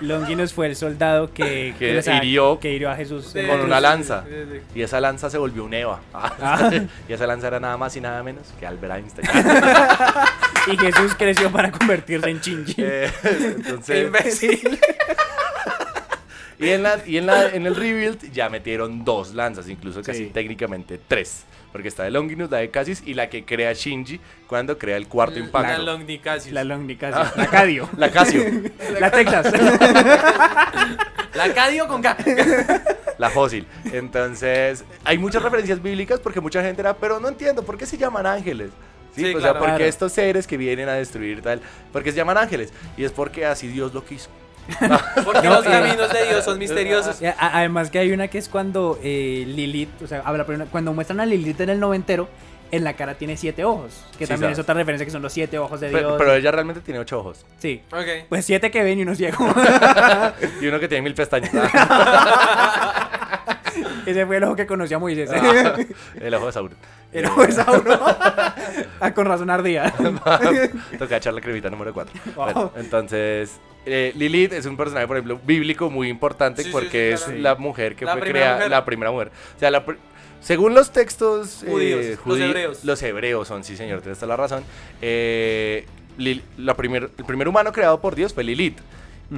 S1: Longinus fue el soldado que,
S8: Que
S1: o sea,
S8: hirió,
S1: que hirió a Jesús. en la
S8: con
S1: cruz.
S8: una lanza.
S6: sí, sí.
S8: Y esa lanza se volvió un Eva.
S1: Ah.
S8: y esa lanza era nada más y nada menos que Albert Einstein.
S1: Y Jesús creció para convertirse en Shinji.
S8: Eh, Entonces,
S6: Imbécil.
S8: Y en, la, y en, la- en el rebuild ya metieron dos lanzas, incluso casi
S2: Sí.
S8: técnicamente tres. Porque está de Longinus, la de Cassis y la que crea Shinji cuando crea el cuarto impacto.
S6: La Longnicasis.
S8: La
S6: Longnicasis.
S8: Ah. La Cadio. La Casio. La Texas.
S6: La Cadio con K.
S8: La fósil. Entonces, hay muchas referencias bíblicas porque mucha gente era, pero no entiendo, ¿por qué se llaman ángeles? Sí,
S6: Sí,
S8: o sea,
S6: claro.
S8: porque
S6: Claro.
S8: estos seres que vienen a destruir tal, porque se llaman ángeles. Y es porque así Dios lo quiso.
S6: Porque los caminos de Dios son misteriosos.
S1: Y a- Además que hay una que es cuando eh, Lilith, o sea, habla primero- cuando muestran a Lilith en el noventero, en la cara tiene siete ojos, que
S8: Sí,
S1: también
S8: sabes.
S1: es otra referencia que son los siete ojos de Dios.
S8: Pero, pero ella realmente tiene ocho ojos.
S1: Sí.
S8: Eh.
S6: Ok.
S1: Pues siete que ven y uno ciego.
S8: y uno que tiene mil pestañas.
S1: Ese fue el ojo que conocí a Moisés.
S8: el ojo de Sauron. Eh,
S1: El ojo de Sauron. ah, con razón ardía.
S8: Toca echar la cremita número 4.
S1: Wow.
S8: entonces, eh, Lilith es un personaje, por ejemplo, bíblico muy importante
S6: Sí, sí,
S8: porque
S6: sí, claro.
S8: es la mujer que
S6: La
S8: fue
S6: primera
S8: creada,
S6: mujer.
S8: la primera mujer. O sea, la pr- según los textos eh,
S6: Judíos, los
S8: judí-
S6: hebreos.
S8: Los hebreos son, sí, señor, tienes toda la razón. Eh, Lil- la primer- el primer humano creado por Dios fue Lilith.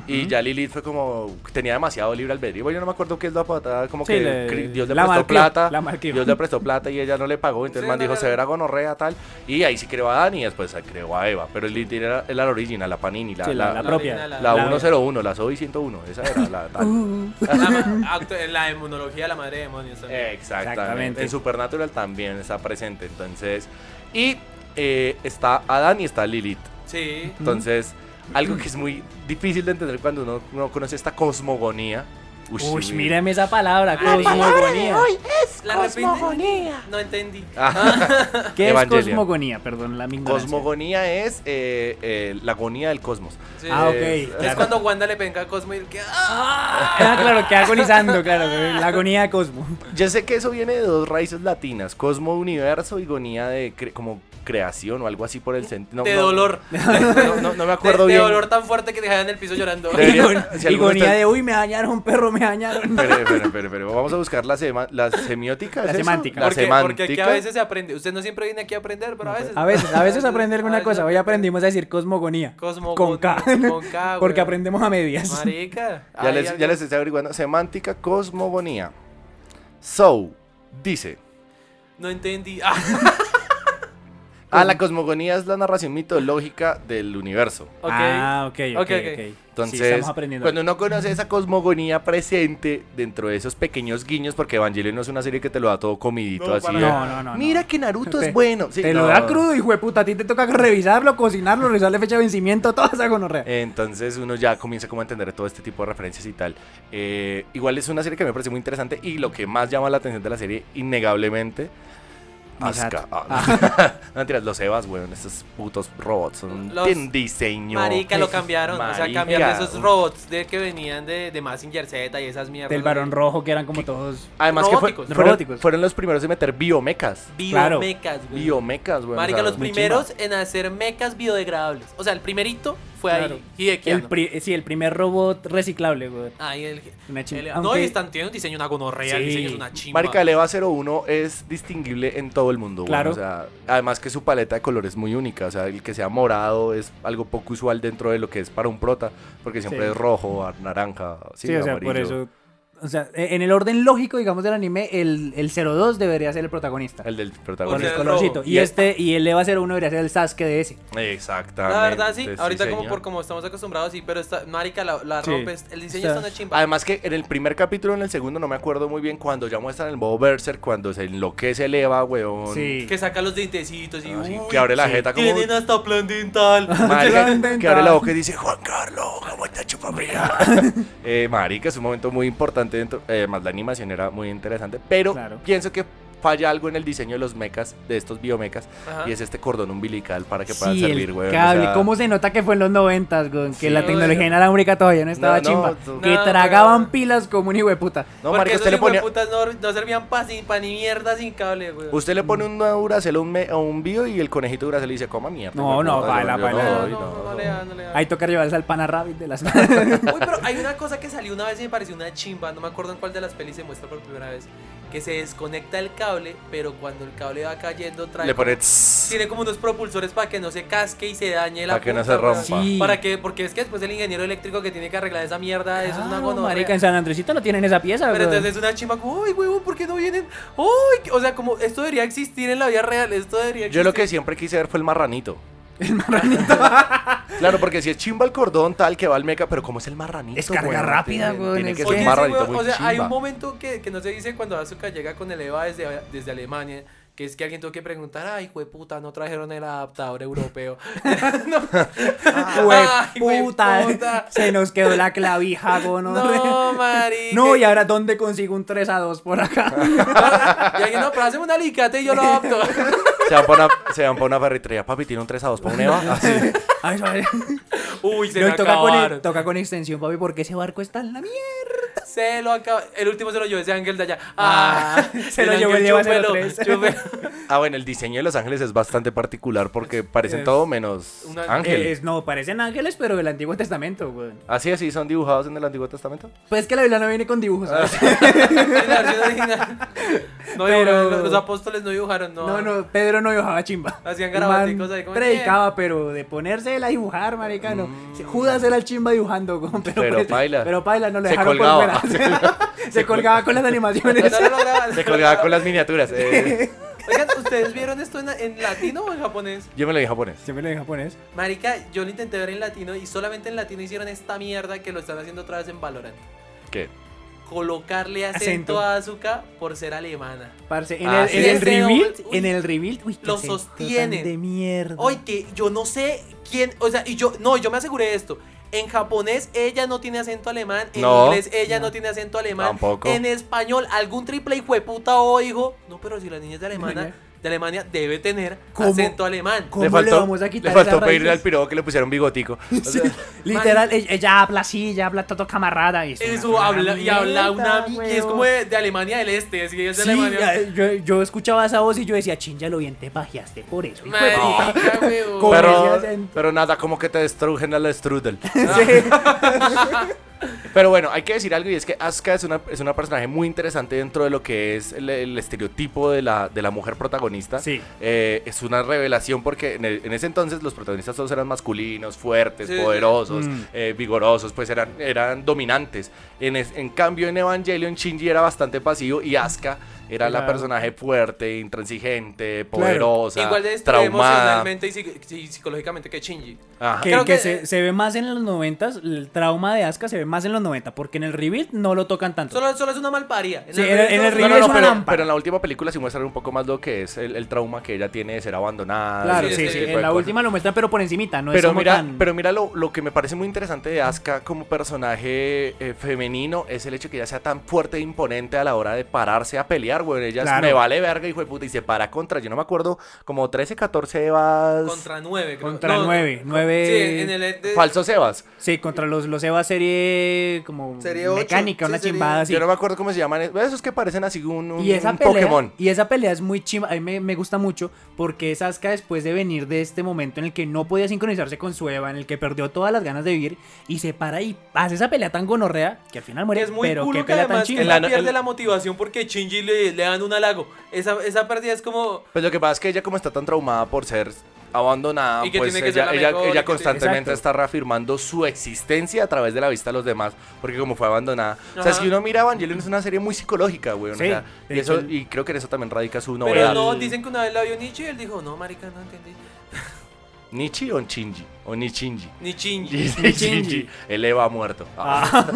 S8: Y ya Lilith fue como. tenía demasiado libre albedrío. Bueno, Yo no me acuerdo qué es la patada. Como
S1: Sí,
S8: que
S1: le-
S8: cri- Dios le
S1: la
S8: prestó
S1: malcrió,
S8: plata.
S1: la malcrió.
S8: Dios le prestó plata y ella no le pagó. Entonces
S6: Sí,
S8: el man
S6: no,
S8: dijo:
S6: no,
S8: se verá gonorrea, tal. Y ahí sí creó a Dani y después se creó a Eva. Pero Lilith era, era la original, la Panini, la,
S1: Sí, la- la Uh, propia.
S8: La,
S6: La-
S8: 101, la Zoe 101. Esa era la tal.
S6: La, ma- acto- la demonología, la madre de demonios.
S8: Eh.
S6: también.
S8: Exactamente. En Supernatural también está presente. Entonces. Y eh, está Adán y está Lilith.
S6: Sí.
S8: Entonces, algo que es muy difícil de entender cuando uno no conoce esta cosmogonía. Uy,
S1: Uy,
S8: mira.
S1: mírame esa palabra,
S6: La palabra de
S1: cosmogonía.
S6: hoy
S9: es
S6: La repente- No entendí.
S8: Ah.
S1: ¿Qué
S8: Evangelion.
S1: es cosmogonía? Perdón, la misma.
S8: Cosmogonía es eh, eh, la agonía del cosmos.
S6: Sí.
S1: Ah, ok.
S8: eh, Es-
S6: Es cuando Wanda le pega a Cosmo y el que. ¡Ah!
S1: Ah, claro, que agonizando, claro. La agonía de Cosmo.
S8: Yo sé que eso viene de dos raíces latinas, cosmo universo y gonía de cre- como creación o algo así por el sentido.
S6: de dolor.
S8: No, no- no me acuerdo
S6: de,
S8: bien.
S6: De dolor tan fuerte que te dejan en el piso llorando.
S8: Debería- si alguno
S1: Agonía
S8: está-
S1: de uy, me dañaron, perro, me dañaron.
S8: Pero, pero, pero, pero, vamos a buscar la, sema- la semiótica. ¿es
S1: La
S8: eso?
S1: semántica.
S8: La
S6: porque,
S8: semántica.
S6: porque aquí a veces se aprende. Usted no siempre viene aquí a aprender, pero a veces.
S1: A veces, a veces aprende alguna cosa. Hoy aprendimos a decir cosmogonía. Con K.
S6: Con K,
S1: Porque
S6: weón.
S1: aprendemos a medias.
S6: Marica.
S8: Ya,
S6: Ay,
S8: les,
S6: algo-
S8: ya les estoy averiguando. Semántica, cosmogonía. So, dice.
S6: No entendí. Ah.
S8: Ah, la cosmogonía es la narración mitológica del universo.
S6: Ok.
S1: Ah, ok, ok,
S6: Ok, ok.
S1: ok.
S8: Entonces,
S1: Sí, estamos aprendiendo.
S8: cuando uno conoce esa cosmogonía presente dentro de esos pequeños guiños, porque Evangelion no es una serie que te lo da todo comidito así.
S1: para
S8: de-
S1: nada. No, no, no,
S9: Mira
S8: que Naruto
S1: Te-
S8: es bueno. Sí,
S1: te
S8: no.
S1: lo da crudo, hijo de puta. A ti te toca revisarlo, cocinarlo, revisarle fecha de vencimiento, toda esa
S8: Eh,
S1: gonorrea.
S8: Entonces uno ya comienza como a entender todo este tipo de referencias y tal. Eh, igual es una serie que me parece muy interesante y lo que más llama la atención de la serie, innegablemente,
S1: Misato.
S8: Asuka. Ah, no, mentiras, los Evas, weón, estos putos robots son
S6: Los-
S8: tienen diseño.
S6: Marica, lo cambiaron. O sea,
S8: Marica.
S6: cambiaron esos robots de que venían de, de Mazinger Z y esas mierdas.
S1: Del varón rojo, que eran como todos.
S8: Además
S6: robóticos.
S8: que fue- fueron,
S1: Robóticos.
S8: fueron los primeros en meter biomecas.
S1: Claro.
S6: Biomecas, güey.
S8: Biomecas, weón.
S6: Marica,
S8: o sea,
S6: los
S8: muy
S6: primeros en hacer mecas biodegradables. O sea, el primerito fue
S1: Claro.
S6: ahí. Hideki
S1: El pri- sí, el primer robot reciclable, güey.
S6: Ahí el,
S1: Una chimba.
S6: el- No,
S1: Aunque-
S6: y están, tienen un diseño, una gonorrea, el
S8: Sí.
S6: diseño es una ah, chimba.
S8: Marica, el EVA 01 es distinguible en todo el mundo. güey.
S1: Claro.
S8: O sea, además que su paleta de color es muy única. O sea, el que sea morado es algo poco usual dentro de lo que es para un prota. Porque siempre
S1: Sí.
S8: es rojo, a- naranja, sí,
S1: Sí, o sea,
S8: amarillo.
S1: por eso. O sea, e- en el orden lógico, digamos, del anime, el, el 02 debería ser el protagonista.
S8: El del
S1: Con el
S8: protagonista.
S1: colorcito. Y,
S8: el-
S1: este, y el EVA 01 debería ser el Sasuke de ese.
S8: Exactamente.
S6: La verdad, sí. Ahorita, como
S8: señor.
S6: por como estamos acostumbrados, sí. Pero esta, Marica, la, la
S8: Sí.
S6: ropa es- El diseño
S8: O
S6: es
S8: sea,
S6: una chimba.
S8: Además que en el primer capítulo, en el segundo, no me acuerdo muy bien, cuando ya muestran el modo Berserk, cuando se enloquece el Eva, weón.
S6: Que saca los dientecitos y.
S8: sí,
S6: uy,
S8: que abre la jeta como-
S6: Tienen hasta plan dental.
S8: Marica,
S6: Plan
S8: que abre
S6: dental.
S8: la boca y dice, Juan Carlos, aguanta chupapija. eh, marica, es un momento muy importante dentro. eh, más la animación era muy interesante. Pero pienso que falla algo en el diseño de los mecas, de estos biomecas,
S6: Ajá.
S8: y es este cordón umbilical para que puedan
S1: Sí,
S8: servir,
S1: el
S8: güey.
S1: cable. ¿Cómo se nota que fue en los 90, güey? Que
S8: Sí,
S1: la
S8: güey.
S1: tecnología inalámbrica todavía no estaba
S8: No, no,
S1: chimba.
S8: tú-
S1: que
S6: No,
S1: tragaban pilas como un hijo de puta.
S8: No,
S6: Porque
S8: marica,
S6: esos
S8: usted le ponía.
S6: putas no, no servían para ni mierda sin cable, güey.
S8: Usted le pone una duracel a un, me- a un bio y el conejito duracel le dice, coma mierda.
S1: No, no, baila,
S8: yo
S1: baila.
S8: doy,
S6: No le da, no le da.
S1: Ahí toca llevarse al pana rabbit de las
S6: Uy, pero hay una cosa que salió una vez y me pareció una chimba. No me acuerdo en cuál de las pelis se muestra por primera vez. que se desconecta el cable, pero cuando el cable va cayendo trae
S8: Le pone
S6: como-
S8: tss.
S6: tiene como unos propulsores para que no se casque y se dañe la
S8: Para que no
S6: punta,
S8: se rompa.
S6: weón.
S8: Sí.
S6: Para que porque es que después el ingeniero eléctrico que tiene que arreglar esa mierda, eso es una
S1: No,
S6: gonorrea.
S1: Ah, marica, en San Andresito no tienen esa pieza,
S6: Pero
S1: weón.
S6: entonces es una chimba como, "Ay, huevón, ¿por qué no vienen? Ay, que-". o sea, como esto debería existir en la vida real, esto debería
S8: Yo
S6: existir.
S8: lo que siempre quise ver fue el marranito. El marranito. claro, porque si es chimba el cordón tal que va al meca, pero ¿cómo es el marranito?
S1: Es carga
S8: weón?
S1: rápida,
S8: Tiene-
S1: weón,
S8: Tiene
S1: es
S8: que
S1: que-
S8: ser
S6: Oye,
S8: un
S6: ese
S8: marranito
S6: weón,
S8: muy
S6: o sea, hay un
S8: chimba.
S6: momento que, que no se dice cuando Azuka llega con el Eva desde, desde Alemania, que es que alguien tuvo que preguntar, ay, puta, no trajeron el adaptador europeo. no. Ay,
S1: Puta, se nos quedó la clavija, gono.
S6: No, marica.
S1: No, y ahora ¿dónde consigo un 3 a 2 por acá?
S6: Y alguien, no, pero hazme un alicate y yo lo adapto.
S8: Se van para una, se van pa' una ferretería. Papi, tiene un 3 a 2 para un Eva. Así.
S1: Ay, suave.
S6: Uy, se
S1: No,
S6: lo
S1: y toca, con, e
S6: acabaron.
S1: toca con extensión, papi, porque ese barco está en la mierda.
S6: Se lo acabaron. El último se lo llevó ese ángel de allá. Ah,
S1: se lo llevó el
S6: ángel,
S1: Eva
S6: chúpelo,
S1: 03.
S6: chúpelo.
S8: Ah, bueno, el diseño de Los Ángeles es bastante particular porque parecen
S1: Es-
S8: todo menos
S1: Una-
S8: ángeles.
S1: Es- no, parecen ángeles, pero del Antiguo Testamento, güey.
S8: ¿Así así son dibujados en el Antiguo Testamento?
S1: Pues es que la Biblia no viene con dibujos. ¿sabes?
S6: La versión original. No,
S1: Pero-
S6: dibujaron, los, los apóstoles no dibujaron, no.
S1: No, no, Pedro no dibujaba chimba.
S6: Hacían
S1: El man
S6: garabaticos ahí como,
S1: Predicaba, pero de ponerse él a dibujar, maricano. Judas era el chimba dibujando, güey, pero,
S8: Mm. Pero
S1: pues-
S8: paila.
S1: Pero paila, no lo
S8: Se
S1: dejaron por
S8: colgaba.
S1: fuera. Se colgaba con las animaciones.
S8: Se colgaba con las miniaturas. eh.
S6: Oigan, ¿ustedes vieron esto en, en latino o en japonés?
S8: yo me lo vi en japonés.
S1: Siempre lo en japonés.
S6: Marica, yo lo intenté ver en latino y solamente en latino hicieron esta mierda que lo están haciendo otra vez en Valorant.
S8: ¿Qué?
S6: Colocarle
S1: Acento.
S6: acento, a Azuka por ser alemana.
S1: Parce, en,
S6: Ah,
S1: el,
S6: sí.
S1: en el
S6: Ese
S1: rebuild,
S6: doble- uy,
S1: en el rebuild, uy, qué
S6: lo
S1: acento tan
S6: sostienen.
S1: De mierda.
S6: Oye, que yo no sé quién, o sea, y yo, no, yo me aseguré de esto. En japonés ella no tiene acento alemán, en
S8: No.
S6: inglés ella no. tiene acento alemán,
S8: Tampoco.
S6: en español algún triple hijo de puta o hijo, no, pero si la niña es de Alemania, de Alemania debe tener
S1: ¿Cómo?
S6: acento alemán.
S1: ¿Cómo le vamos a quitar
S8: le faltó
S1: esas
S8: pedirle
S1: raíces?
S8: al pirobo que le pusiera un bigotico. O sea,
S1: Literal, ella, ella habla así, ella habla todo camarada. Y es una-
S6: Eso habla, y
S1: mierda,
S6: habla una y es
S1: weón.
S6: como de, de Alemania del Este, así que ella es de
S1: Sí,
S6: Alemania.
S1: ya, yo, yo escuchaba esa voz y yo decía, chin, ya lo bien, te pajeaste por eso. hijo de puta".
S6: Marica, weón.
S1: Con ese
S8: pero,
S1: acento.
S8: pero nada, como que te destruyen al strudel. pero bueno, hay que decir algo y es que Asuka es una, es una personaje muy interesante dentro de lo que es el, el estereotipo de la, de la mujer protagonista.
S1: Sí.
S8: Eh, es una revelación porque en, el- en ese entonces los protagonistas todos eran masculinos, fuertes,
S6: Sí, sí.
S8: poderosos,
S6: Mm.
S8: eh, vigorosos, pues eran, eran dominantes. En, es- en cambio en Evangelion Shinji era bastante pasivo y Asuka era la
S6: Claro.
S8: personaje fuerte, intransigente,
S1: Claro.
S8: poderosa,
S6: Igual de esto
S8: traumada.
S6: emocionalmente y psic- y psicológicamente que Shinji.
S8: Ajá.
S1: Que,
S6: Creo
S1: que
S6: que- eh,
S1: se, se ve más en los 90, el trauma de Asuka se ve más en los 90, porque en el rebuild no lo tocan tanto.
S6: Solo, solo es una malparía.
S1: Sí, en el- en el
S6: no-
S1: remake
S6: no, no,
S1: es una
S8: pero,
S1: lámpara.
S8: pero en la última película sí muestran un poco más lo que es el, el trauma que ella tiene de ser abandonada.
S1: Claro,
S8: y
S1: sí,
S8: Ah, ese
S1: sí.
S8: tipo
S1: En
S8: de
S1: la
S8: cosas.
S1: última lo muestran, pero por encimita, no es
S8: pero,
S1: como
S8: mira,
S1: tan...
S8: pero mira lo, lo que me parece muy interesante de Asuka como personaje eh, femenino es el hecho que ella sea tan fuerte e imponente a la hora de pararse a pelear, güey. Ella es,
S1: Claro.
S8: me vale verga, hijo de puta, y se para contra, yo no me acuerdo, como 13, 14 Evas.
S6: Contra 9,
S1: Contra nueve, nueve-
S6: Sí, en el E de-
S8: Falsos Evas.
S1: Sí, contra los, los Eva serie como
S6: Serie ocho,
S1: mecánica,
S6: sí,
S1: una
S6: serie-
S1: chimbada así.
S8: Yo no me acuerdo cómo se llaman. Esos que parecen así un, un-
S1: Y esa
S8: un
S1: pelea,
S8: Pokémon.
S1: Y esa pelea es muy chima. A mí me, me gusta mucho porque es Asuka después de venir de este momento en el que no podía sincronizarse con su Eva, en el que perdió todas las ganas de vivir y se para y hace esa pelea tan gonorrea que al final muere.
S6: Es muy
S1: pero qué
S6: culo que
S1: pelea tan
S6: además
S1: chimba.
S6: que la pierde la motivación porque Shinji le, le dan un halago. Esa, esa pérdida es como...
S8: Pues lo que pasa es que ella como está tan traumada por ser abandonada,
S6: Y que
S8: pues
S6: tiene que ser
S8: ella,
S6: la
S8: ella,
S6: mejor, y que tiene-
S8: ella constantemente
S6: Exacto.
S8: está reafirmando su existencia a través de la vista de los demás, porque como fue abandonada. O sea,
S6: Ajá.
S8: si uno mira Evangelion es una serie muy psicológica, güey.
S1: Sí,
S8: o sea,
S1: de
S8: y,
S1: hecho,
S8: eso,
S1: el-
S8: y creo que en eso también radica su
S6: Pero
S8: novedad.
S6: no, dicen que una vez la vio Nietzsche y él dijo, no, marica, no entendí.
S8: ¿Nichi o Chinji? O Nichinji.
S6: Ni
S8: Dice
S6: Shinji.
S8: Shinji, El Eva ha muerto. Ah.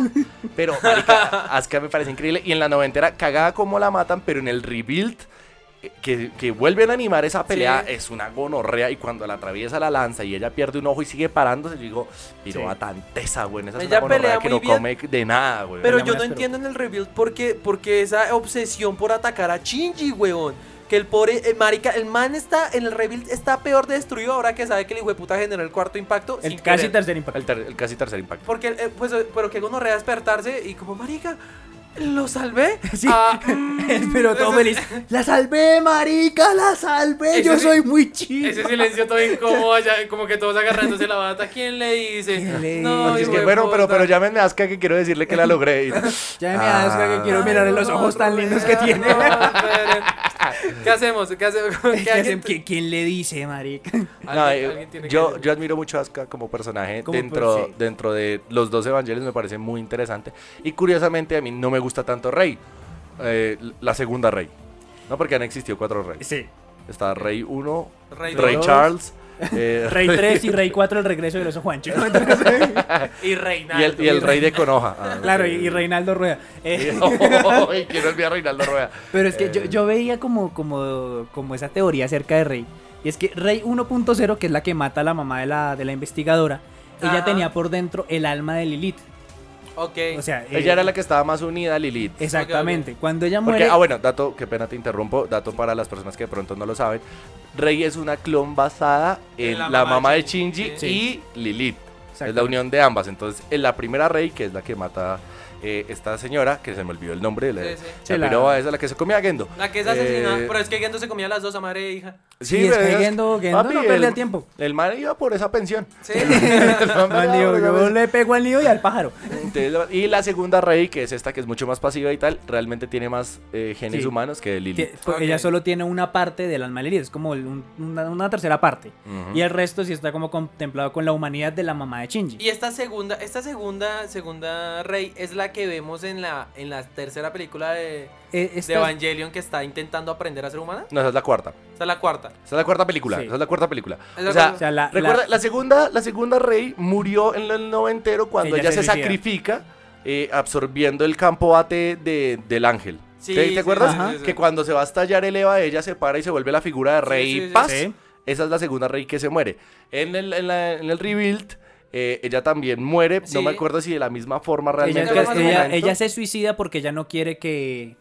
S8: Pero, marica, Asuka me parece increíble. Y en la noventera, cagada como la matan, pero en el rebuild, eh, que, que vuelven a animar esa pelea,
S6: Sí.
S8: es una gonorrea. Y cuando la atraviesa la lanza y ella pierde un ojo y sigue parándose, yo digo, pero a
S6: Sí.
S8: tanteza, güey. Esa es
S6: Ella
S8: una gonorrea
S6: pelea
S8: que
S6: muy
S8: no
S6: bien,
S8: come de nada, güey.
S6: Pero yo no entiendo en el rebuild por qué, por qué esa obsesión por atacar a Shinji, weón. Que el pobre, eh, marica, el man está, en el rebuild está peor destruido ahora que sabe que el hijo de puta generó el cuarto impacto. sin
S1: El casi
S6: querer.
S1: tercer impacto.
S8: El, ter- el casi tercer impacto.
S6: Porque, eh, pues, eh, pero que gonorrea despertarse y como, marica, ¿Lo salvé?
S1: Sí.
S6: Ah.
S1: Pero todo feliz. ¡La salvé, marica! ¡La salvé! Yo
S6: Ese sí-
S1: soy muy chido.
S6: Ese silencio todo incómodo allá, como que todos agarrándose la bata. ¿Quién le dice? No,
S8: Porque es
S6: hijo
S8: que,
S6: de
S8: bueno, pero,
S6: puta.
S8: pero llámenme Azca que quiero decirle que la logré. Ah. Y-
S1: Llámeme a Azca
S6: Ah.
S1: que quiero mirarle los ojos tan lindos que tiene.
S6: ¿Qué hacemos? ¿Qué hacemos? ¿Qué
S1: ¿Qué hacen?
S6: alguien-
S1: ¿Qui- ¿Quién le dice, marica?
S6: Alguien-
S8: No, eh,
S6: alguien tiene que
S8: yo, yo admiro mucho a Asuka como personaje
S1: Como
S8: dentro,
S1: per- sí.
S8: dentro de los dos evangelios, me parece muy interesante. Y curiosamente a mí no me gusta tanto Rey, eh, la segunda Rey. No, porque han existido cuatro Reyes.
S1: Sí.
S8: Está Rey 1, Rey,
S6: Rey
S1: dos.
S8: Charles, eh,
S1: Rey 3 y Rey 4, el regreso de los Juancho. ¿no? Entonces-
S6: Y
S8: y el,
S6: Reinaldo.
S8: y el Rey de Conoja. Ah,
S1: Claro,
S8: ok.
S1: y, y Reinaldo Rueda. Eh,
S8: Ay, quiero olvidar a Reinaldo Rueda.
S1: Pero es que yo,
S8: Eh,
S1: yo veía como, como, como esa teoría acerca de Rey. Y es que Rey 1.0, que es la que mata a la mamá de la, de la investigadora, ella
S6: Ajá.
S1: tenía por dentro el alma de Lilith.
S6: Ok.
S1: O sea, eh,
S8: Ella era la que estaba más unida a Lilith.
S1: Exactamente. Cuando ella
S8: Porque,
S1: muere.
S8: ah, bueno, dato, qué pena te interrumpo, dato para las personas que de pronto no lo saben. Rey es una clon basada en la, mamá de Shinji
S1: Sí.
S8: y Lilith. Es la
S1: Exactamente.
S8: unión de ambas. Entonces, en la primera Rey, que es la que mata eh, esta señora, que se me olvidó el nombre, la,
S6: Sí, sí.
S8: la
S1: Sí, la-
S8: piroba esa, la que se comía a Gendo.
S6: La que es
S8: Eh,
S6: asesinada. Pero es que Gendo se comía a las dos a madre e hija.
S8: sí,
S1: Sí, es que
S8: pero
S1: Gendo- Gendo no perdía
S8: el,
S1: tiempo.
S8: El man iba por esa pensión.
S6: Sí.
S8: El
S1: Al
S8: man iba
S1: nido,
S8: por esa
S1: yo
S8: pensión.
S1: le pego al nido y al pájaro.
S8: Entonces, la- y la segunda Rey, que es esta que es mucho más pasiva y tal, realmente tiene más eh, genes
S1: Sí.
S8: humanos que Lilith.
S1: Tie- pues, Ella solo tiene una parte del alma de Lilith, es como el- un- una, una tercera parte.
S8: Ujú.
S1: Y el resto sí está como contemplado con la humanidad de la mamá de Shinji.
S6: Y esta segunda, esta segunda, segunda rey es la que vemos en la, en la tercera película de,
S1: Eh,
S6: de
S1: esta-
S6: Evangelion que está intentando aprender a ser humana.
S8: No, esa es la cuarta.
S6: Esa es la cuarta.
S8: Esa es la cuarta película.
S1: Sí.
S8: Esa es la cuarta película.
S6: Es la
S8: o sea,
S6: cuarta. O
S1: sea, la-
S8: recuerda,
S1: la-
S8: la, segunda, la segunda Rey murió en el noventero cuando
S1: Ella
S8: ella,
S1: se
S8: se,
S1: suicida.
S8: sacrifica eh, absorbiendo el campo AT de- del ángel.
S6: Sí,
S8: ¿Te, te
S6: sí,
S8: acuerdas?
S6: sí, sí, sí.
S8: Que cuando se va a estallar el Eva, ella se para y se vuelve la figura de Rey
S6: sí, sí,
S8: Paz.
S1: sí.
S8: Esa es la segunda Rey que se muere. En el, en la- en el Rebuild, eh, ella también muere. No
S6: Sí.
S8: me acuerdo si de la misma forma
S1: Ella,
S8: realmente.
S6: que-
S8: en este
S1: ella-
S8: momento.
S1: ella se suicida porque ella no quiere que,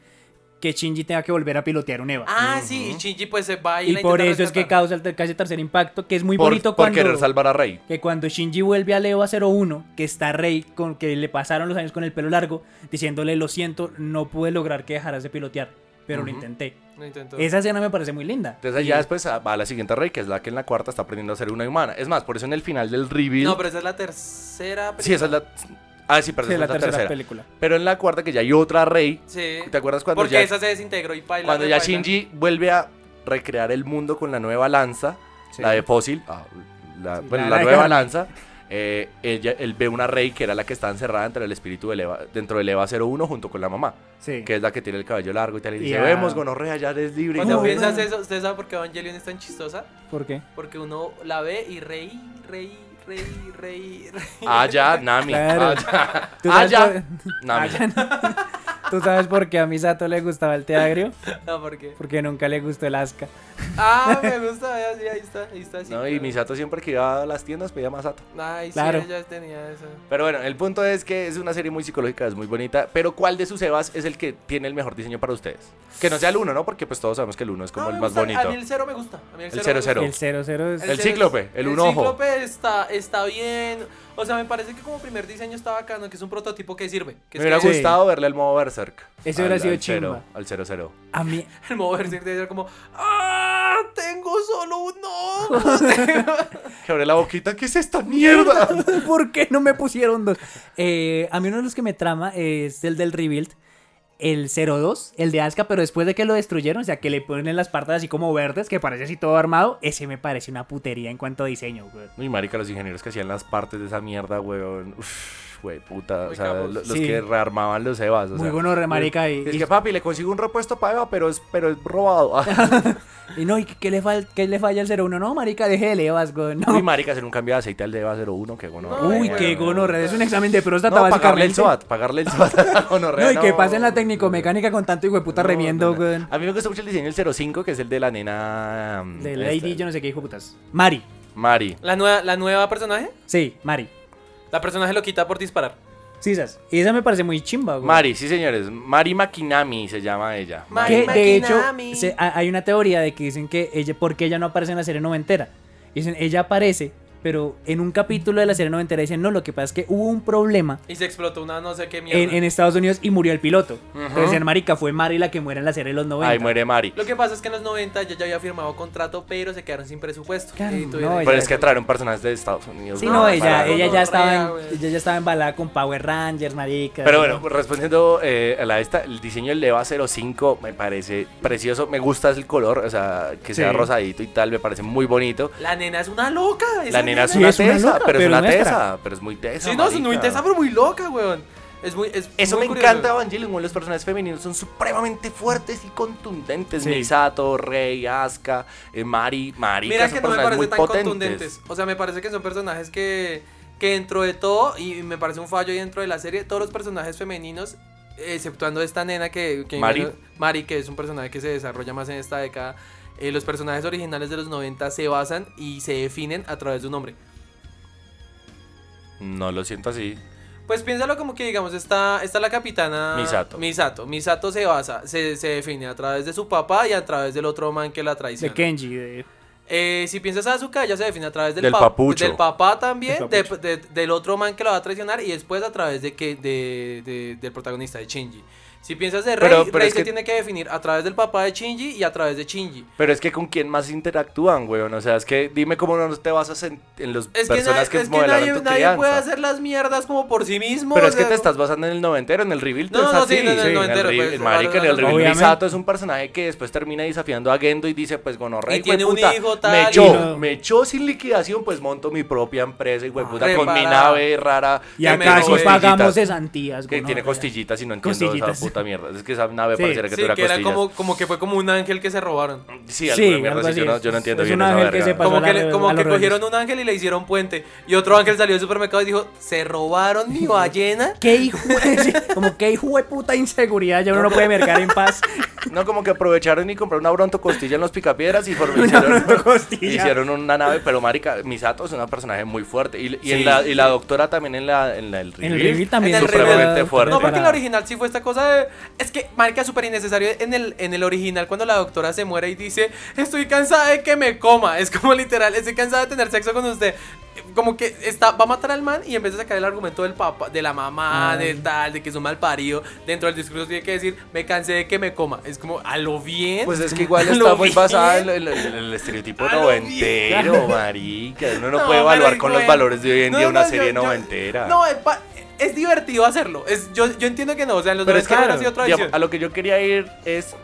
S1: que Shinji tenga que volver a pilotear un Eva.
S6: Ah, sí, y Shinji pues se va y
S1: y
S6: la
S1: por
S6: intenta
S1: eso es que
S6: rescatar.
S1: causa el ter- casi tercer impacto, que es muy
S8: por,
S1: bonito
S8: por
S1: cuando...
S8: querer salvar a Rey.
S1: Que cuando Shinji vuelve a Leo a 01, que está Rey, con que le pasaron los años con el pelo largo, diciéndole, lo siento, no pude lograr que dejaras de pilotear, pero lo
S8: Ujú.
S1: intenté.
S6: No intentó.
S1: Esa escena me parece muy linda.
S8: Entonces ya después ah, va a la siguiente rey, que es la que en la cuarta está aprendiendo a ser una humana. Es más, por eso en el final del reveal...
S6: No, pero esa es la tercera película.
S8: Sí, esa es la... Ah, sí, pero
S1: Sí,
S8: esa
S1: la
S8: es la
S1: tercera
S8: tercera.
S1: película.
S8: Pero en la cuarta, que ya hay otra rey,
S6: Sí.
S8: ¿te acuerdas cuando
S6: Porque
S8: ya,
S6: esa se desintegró y baila.
S8: cuando ya Shinji vuelve a recrear el mundo con la nueva lanza,
S1: Sí.
S8: la de fósil, ah, la,
S1: Sí,
S8: bueno,
S1: la-
S8: la,
S1: la de
S8: nueva
S1: Garnet.
S8: lanza, eh, ella, él ve una rey que era la que está encerrada entre el espíritu del Eva, dentro del Eva 01 junto con la mamá,
S1: Sí.
S8: que es la que tiene el cabello largo y tal, y
S1: Y
S8: dice,
S1: a-
S8: vemos, gonorrea, ya eres libre. y
S6: Cuando
S8: tal".
S6: piensas eso, ¿ustedes saben por qué Evangelion es tan chistosa?
S1: ¿Por qué?
S6: Porque uno la ve y rey, rey, rey, rey, rey.
S8: Ah, ya, Nami.
S1: Claro.
S8: Ah, ya.
S1: ¿Tú
S8: Ah,
S1: sabes
S8: ya,
S1: por- Ah,
S8: Nami.
S1: ya, no. ¿Tú sabes por qué a Misato le gustaba el teagrio?
S6: No, ¿por qué?
S1: Porque nunca le gustó el Asca.
S6: Ah, me gusta, vea, sí, ahí está, ahí está. sí,
S8: No, y
S6: claro.
S8: Misato siempre que iba a las tiendas pedía Masato.
S6: Ay,
S1: Claro.
S6: sí, ella tenía eso.
S8: Pero bueno, el punto es que es una serie muy psicológica, es muy bonita. Pero ¿cuál de sus Evas es el que tiene el mejor diseño para ustedes? Que no sea el uno, ¿no? Porque pues todos sabemos que el uno es como
S6: Ah,
S8: el
S6: me
S8: más
S6: gusta, A
S8: bonito.
S6: mí el cero me gusta. A mí el
S8: El
S6: cero. me
S8: cero,
S6: gusta.
S1: El 00 es...
S8: El
S6: cero
S8: cíclope,
S6: es-
S8: el un ojo.
S6: El cíclope está, está bien. O sea, me parece que como primer diseño está bacano, que es un prototipo que sirve. Que
S8: Me hubiera
S6: es que
S1: Sí.
S8: gustado verle el modo Berserk.
S1: Ese hubiera sido
S8: cero,
S1: chimba.
S8: Al 00.
S1: A mí...
S6: el moverse debe ser como, ¡ah! Tengo solo un ojo.
S8: Que abre la boquita, ¿qué es esta mierda?
S1: ¿Por qué no me pusieron dos? Eh, a mí uno de los que me trama es el del Rebuild. El 02, el de Aska, pero después de que lo destruyeron, o sea, que le ponen las partes así como verdes, que parece así todo armado, ese me parece una putería en cuanto a diseño, güey.
S8: Uy, marica, los ingenieros que hacían las partes de esa mierda, weón. Uf, güey, puta.
S6: Muy
S8: O sea, lo-
S6: capos.
S8: los
S1: Sí.
S8: que rearmaban los Evas. O
S1: Muy
S8: sea,
S1: gonorrea, marica, y-
S8: Es
S1: y-
S8: que papi, le consigo un repuesto para Eva, pero es, pero es robado.
S1: Y no, ¿y qué le, fal- qué le falla al 01? No, marica, deje de levas, güey. No.
S8: Uy, marica, hacer un cambio de aceite al de Eva 01, qué gonorrea.
S1: Uy,
S8: weón.
S1: qué gonorrea. Es un examen de próstata,
S8: No, pagarle
S1: básicamente.
S8: el SOAT, pagarle el SOAT a la gonorrea,
S1: No, y que
S8: no.
S1: pasen la técnico-mecánica con tanto hijo de puta
S8: No,
S1: remiendo,
S8: no, Ah, no.
S1: güey.
S8: A mí me gusta mucho el diseño del 05, que es el de la nena. mm,
S1: De Lady,
S8: esta,
S1: yo no sé qué hijo de putas. Mari.
S8: Mari.
S6: ¿La nueva, la nueva personaje?
S1: Sí, Mari.
S6: La personaje lo quita por disparar.
S1: Sí, esas. Y esa me parece muy chimba, güey.
S8: Mari, sí, señores. Mari Makinami se llama ella.
S6: Ma- Ay,
S1: Que de hecho
S6: Makinami.
S1: se- ha- hay una teoría de que dicen que ella, porque ella no aparece en la serie noventera. Dicen, ella aparece Pero en un capítulo de la serie noventera dicen, no, lo que pasa es que hubo un problema
S6: Y se explotó una no sé qué mierda.
S1: en, en Estados Unidos y murió el piloto.
S6: Ujú.
S1: Entonces, en Marica fue Mari la que muere en la serie de los 90.
S8: Ahí muere Mari.
S6: Lo que pasa es que en los 90 ya, ya había firmado contrato, pero se quedaron sin presupuesto.
S1: Claro,
S6: Y tuvieron-
S1: no,
S8: Pero
S1: ella-
S8: es que traer un personaje de Estados Unidos.
S1: Sí,
S8: ¿no?
S1: no, ella,
S8: Para-
S1: ella, ya
S6: gonorrea,
S1: estaba en- ella ya estaba embalada con Power Rangers, Marica.
S8: Pero
S1: ¿no?
S8: bueno, respondiendo eh, a la de esta, el diseño del Eva 05 me parece precioso. Me gusta el color, o sea, que sea
S1: Sí.
S8: rosadito y tal, me parece muy bonito.
S6: La nena es una loca.
S8: La
S6: esa
S8: nena es
S1: Sí,
S8: una
S1: es una
S8: tesa,
S1: loca,
S8: pero es
S1: pero
S8: una
S1: nuestra.
S8: tesa, pero es muy tesa.
S6: Sí, no, es
S8: marica.
S6: muy intensa, pero muy loca, weón. Es muy, es
S8: Eso
S6: muy
S8: me
S6: curioso.
S8: encanta, Evangelion, güey, los personajes femeninos son supremamente fuertes y contundentes.
S6: Sí.
S8: Misato, Rey, Asuka, eh, Mari, Mari,
S6: Mira
S8: son
S6: que no me
S8: personajes
S6: parece
S8: muy
S6: tan
S8: potentes.
S6: contundentes. O sea, me parece que son personajes que, que dentro de todo, y me parece un fallo ahí dentro de la serie, todos los personajes femeninos, exceptuando esta nena que... que
S8: Mari.
S6: Mari, que es un personaje que se desarrolla más en esta década. eh, los personajes originales de los 90 se basan y se definen a través de un hombre.
S8: No lo siento así.
S6: Pues piénsalo como que, digamos, está, está la capitana...
S8: Misato.
S6: Misato. Misato se basa, se, se define a través de su papá y a través del otro man que la
S1: De
S6: traiciona.
S1: Kenji. de-
S6: Eh, si piensas a Azuka, ella se define a través del,
S8: Del
S6: pa-
S8: papucho.
S6: del papá también,
S8: Del papucho.
S6: de- de- del otro man que la va a traicionar y después a través de que de- de- del protagonista de Shinji. Si piensas de Rey,
S8: Pero- pero
S6: Rey
S8: es
S6: se
S8: que-
S6: tiene que definir a través del papá de Shinji y a través de Shinji.
S8: Pero es que con quién más interactúan, weón. O sea, es que dime cómo no te basas en, en las
S6: Es que,
S8: personas
S6: nadie,
S8: que,
S6: es que
S8: modelaron
S6: nadie-
S8: tu
S6: nadie
S8: crianza.
S6: puede hacer las mierdas como por sí mismo.
S8: Pero
S6: o
S8: es que
S6: sea,
S8: te estás basando en el noventero, en el reveal.
S6: No,
S8: es
S6: no,
S8: así.
S6: sí, no, no, el noventero,
S8: El,
S6: pues,
S8: re- el marica, en el reveal
S1: Obviamente.
S8: Misato es un personaje que después termina desafiando a Gendo y dice, pues, gonorrea,
S6: Y tiene un
S8: hijueputa,
S6: hijo, tal,
S8: Me
S6: y
S8: echó,
S6: no.
S8: me echó sin liquidación, pues monto mi propia empresa, y puta,
S6: Ah,
S8: con mi
S6: reparada.
S8: nave rara.
S1: Y
S8: que
S1: acá
S8: me da
S1: sí
S8: costillitas,
S1: pagamos cesantías,
S8: Que tiene
S1: gonorrea.
S8: costillitas y no entiendo esa
S1: Costillitas.
S8: puta mierda. Es que esa nave
S1: Sí.
S8: pareciera que
S6: sí,
S8: tuviera
S6: que era
S8: costillas.
S6: como, como que fue como un ángel que se robaron.
S8: Sí, alguna mierda
S1: algo
S8: así,
S1: así
S8: yo, no,
S1: es.
S8: yo no entiendo
S1: Es
S8: bien
S1: un
S8: esa
S1: ángel que
S8: verga.
S1: se pasó
S6: Como
S1: a
S6: que,
S1: la-
S6: le- como
S1: a
S6: que
S1: los reyes.
S6: cogieron un ángel y le hicieron puente. Y otro ángel salió del supermercado y dijo, ¿se robaron mi ballena?
S1: ¿Qué hijo de- sí, Como que hijo de puta inseguridad, ya uno no puede mercar en paz.
S8: No, como que aprovecharon y compraron una bronto costilla en los picapiedras y formaron, hicieron, hicieron una nave, pero marica, Misato es un personaje muy fuerte. Y, y en
S6: Sí.
S8: la, y la doctora también en la en la- el
S1: En el
S8: reveal,
S1: reveal también
S6: En el
S8: supremamente
S1: reveal.
S8: fuerte.
S6: No, porque en
S1: Para-
S6: la original sí fue esta cosa de. Es que marca súper innecesario. En el, en el original, cuando la doctora se muere y dice, estoy cansada de que me coma. Es como literal, estoy cansada de tener sexo con usted. Como que está, va a matar al man y en vez de sacar el argumento del papá, de la
S8: Ah.
S6: mamá,
S1: Ay.
S6: de tal, de que es un mal parido, dentro del discurso tiene que decir, me cansé de que me coma. Es como, a lo bien.
S8: Pues es que igual
S6: ¿Lo
S8: está muy
S6: vi?
S8: basada en lo- en lo- en el estereotipo
S6: Ah, lo
S8: noventero, marica. Uno no,
S6: No,
S8: puede evaluar
S6: pero
S8: con
S6: igual.
S8: los valores de hoy en
S6: No,
S8: día una
S6: no, yo-
S8: serie
S6: yo-
S8: noventera.
S6: No, es, pa- es divertido hacerlo. Es, yo, yo entiendo que no. O sea, en los
S8: Pero es que
S6: 90 hubiera sido otra
S8: digamos,
S6: edición.
S8: a lo que yo quería ir es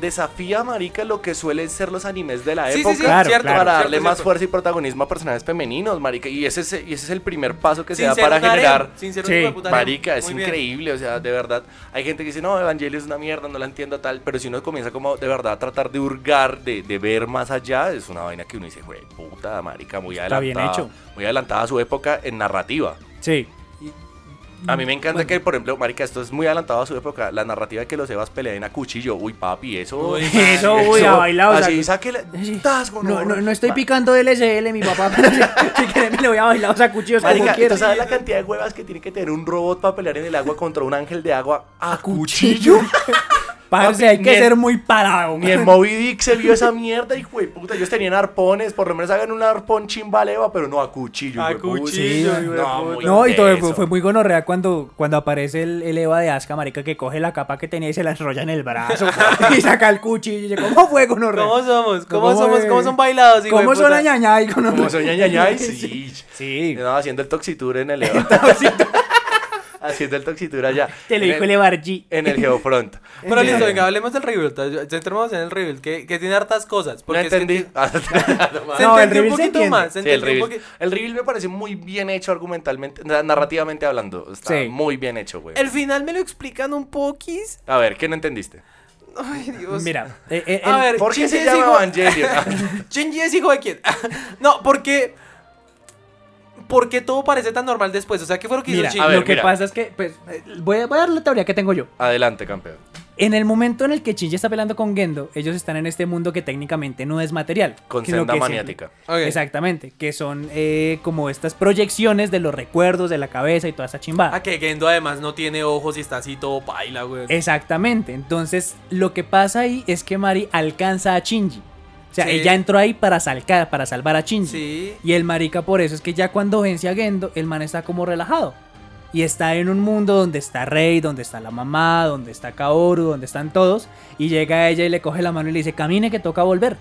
S8: desafía marica lo que suelen ser los animes de la
S6: Sí, sí,
S8: época
S6: sí, Claro, cierto,
S8: para
S6: claro.
S8: darle
S6: cierto,
S8: más
S6: cierto.
S8: fuerza y protagonismo a personajes femeninos marica y ese es, e, y ese es el primer paso que
S6: Sin
S8: se da
S6: ser
S8: para
S6: un harem,
S8: generar
S6: sin ser un Sí. hijueputa harem.
S8: marica es
S6: Muy bien.
S8: increíble o sea de verdad hay gente que dice no Evangelio es una mierda no la entiendo tal pero si uno comienza como de verdad a tratar de hurgar de, de ver más allá es una vaina que uno dice "Jue puta marica muy
S1: Está
S8: adelantada
S1: bien hecho.
S8: muy adelantada a su época en narrativa
S1: Sí.
S8: a mí me encanta que, por ejemplo, Marica, esto es muy adelantado a su época. La narrativa de que los Evas peleen a cuchillo. Uy, papi, eso.
S1: Uy, eso, uy, a bailar, o sea,
S8: Así,
S1: que-
S8: sáquela-
S1: Sí.
S8: Tasgo,
S1: No, no, no estoy
S8: Ma-
S1: picando LSL, mi papá. pero si, si quieres me lo voy a bailar, o sea, cuchillos como
S8: Marica, ¿tú
S1: quieras.
S8: sabes la cantidad de huevas que tiene que tener un robot para pelear en el agua contra un ángel de agua a cuchillo?
S1: Parce, hay
S8: Ni
S1: que
S8: en-
S1: ser muy parado.
S8: Ni en Moby Dick se vio esa mierda, hijo de puta. Ellos tenían arpones, por lo menos hagan un arpón chimbaleva, pero no a cuchillo.
S6: A
S8: hijueputa.
S6: cuchillo,
S8: Sí,
S6: hijueputa.
S8: No, muy
S1: No, y todo
S8: intenso.
S1: fue, fue muy gonorrea cuando, cuando aparece el, el Eva de Asca, marica, que coge la capa que tenía y se la enrolla en el brazo y saca el cuchillo. Y yo, ¿Cómo fue gonorrea?
S6: ¿Cómo somos? ¿Cómo,
S1: ¿Cómo
S6: somos?
S1: es?
S6: ¿Cómo son bailados? hijo
S1: pues,
S6: de
S1: ¿Cómo son
S6: puta?
S1: la ñaña y gonorrea?
S8: Como soy ñañañay, sí.
S1: Sí.
S8: No, haciendo el toxitur en el Eva. haciendo el toxitur allá.
S1: Te lo
S8: En
S1: dijo el Evarji.
S8: En el Geofront.
S6: Pero listo, venga, hablemos del rebuild. Centrémonos en el rebuild, que, que tiene hartas cosas.
S8: No
S6: Porque es que
S8: entendí.
S6: enti-
S8: Ah,
S6: Se
S1: No, el
S6: entendió
S1: reveal
S6: un
S1: se
S6: poquito
S1: entiende.
S6: más. se
S8: Sí, el
S6: entendió un
S8: reveal.
S6: poqui-
S8: El reveal me parece muy bien hecho argumentalmente, na- narrativamente hablando. Está
S1: Sí.
S8: muy bien hecho, güey.
S6: El final me lo explican un poquis.
S8: A ver, ¿qué no entendiste?
S6: Ay, Dios.
S1: Mira, eh, eh,
S6: A
S1: el-
S6: ver,
S8: ¿Por qué
S6: Shinji
S8: se
S6: es
S8: llama
S6: hijo-
S8: Evangelion? Ah,
S6: Shinji es hijo de quién. no, porque. Porque todo parece tan normal después. O sea, ¿qué fue lo que
S1: mira,
S6: hizo
S8: a
S6: Shinji?
S8: ver,
S1: lo que
S8: mira.
S1: pasa es que pues, eh, voy, a, voy a dar la teoría que tengo yo.
S8: Adelante, campeón.
S1: En el momento en el que Shinji está peleando con Gendo, ellos están en este mundo que técnicamente no es material.
S8: Con
S1: sino
S8: senda
S1: que es-
S8: maniática.
S6: Ok.
S1: Exactamente, que son eh, como estas proyecciones de los recuerdos, de la cabeza y toda esa chimbada.
S6: Ah, que Gendo además no tiene ojos y está así todo paila, güey.
S1: Exactamente, entonces lo que pasa ahí es que Mari alcanza a Shinji. O sea,
S6: Sí.
S1: ella entró ahí para salcar, para salvar a Shinji.
S6: Sí.
S1: Y el marica por eso es que ya cuando vence a Gendo, el man está como relajado. Y está en un mundo donde está Rey, donde está la mamá, donde está Kaoru, donde están todos. Y llega ella y le coge la mano y le dice, camine que toca volver.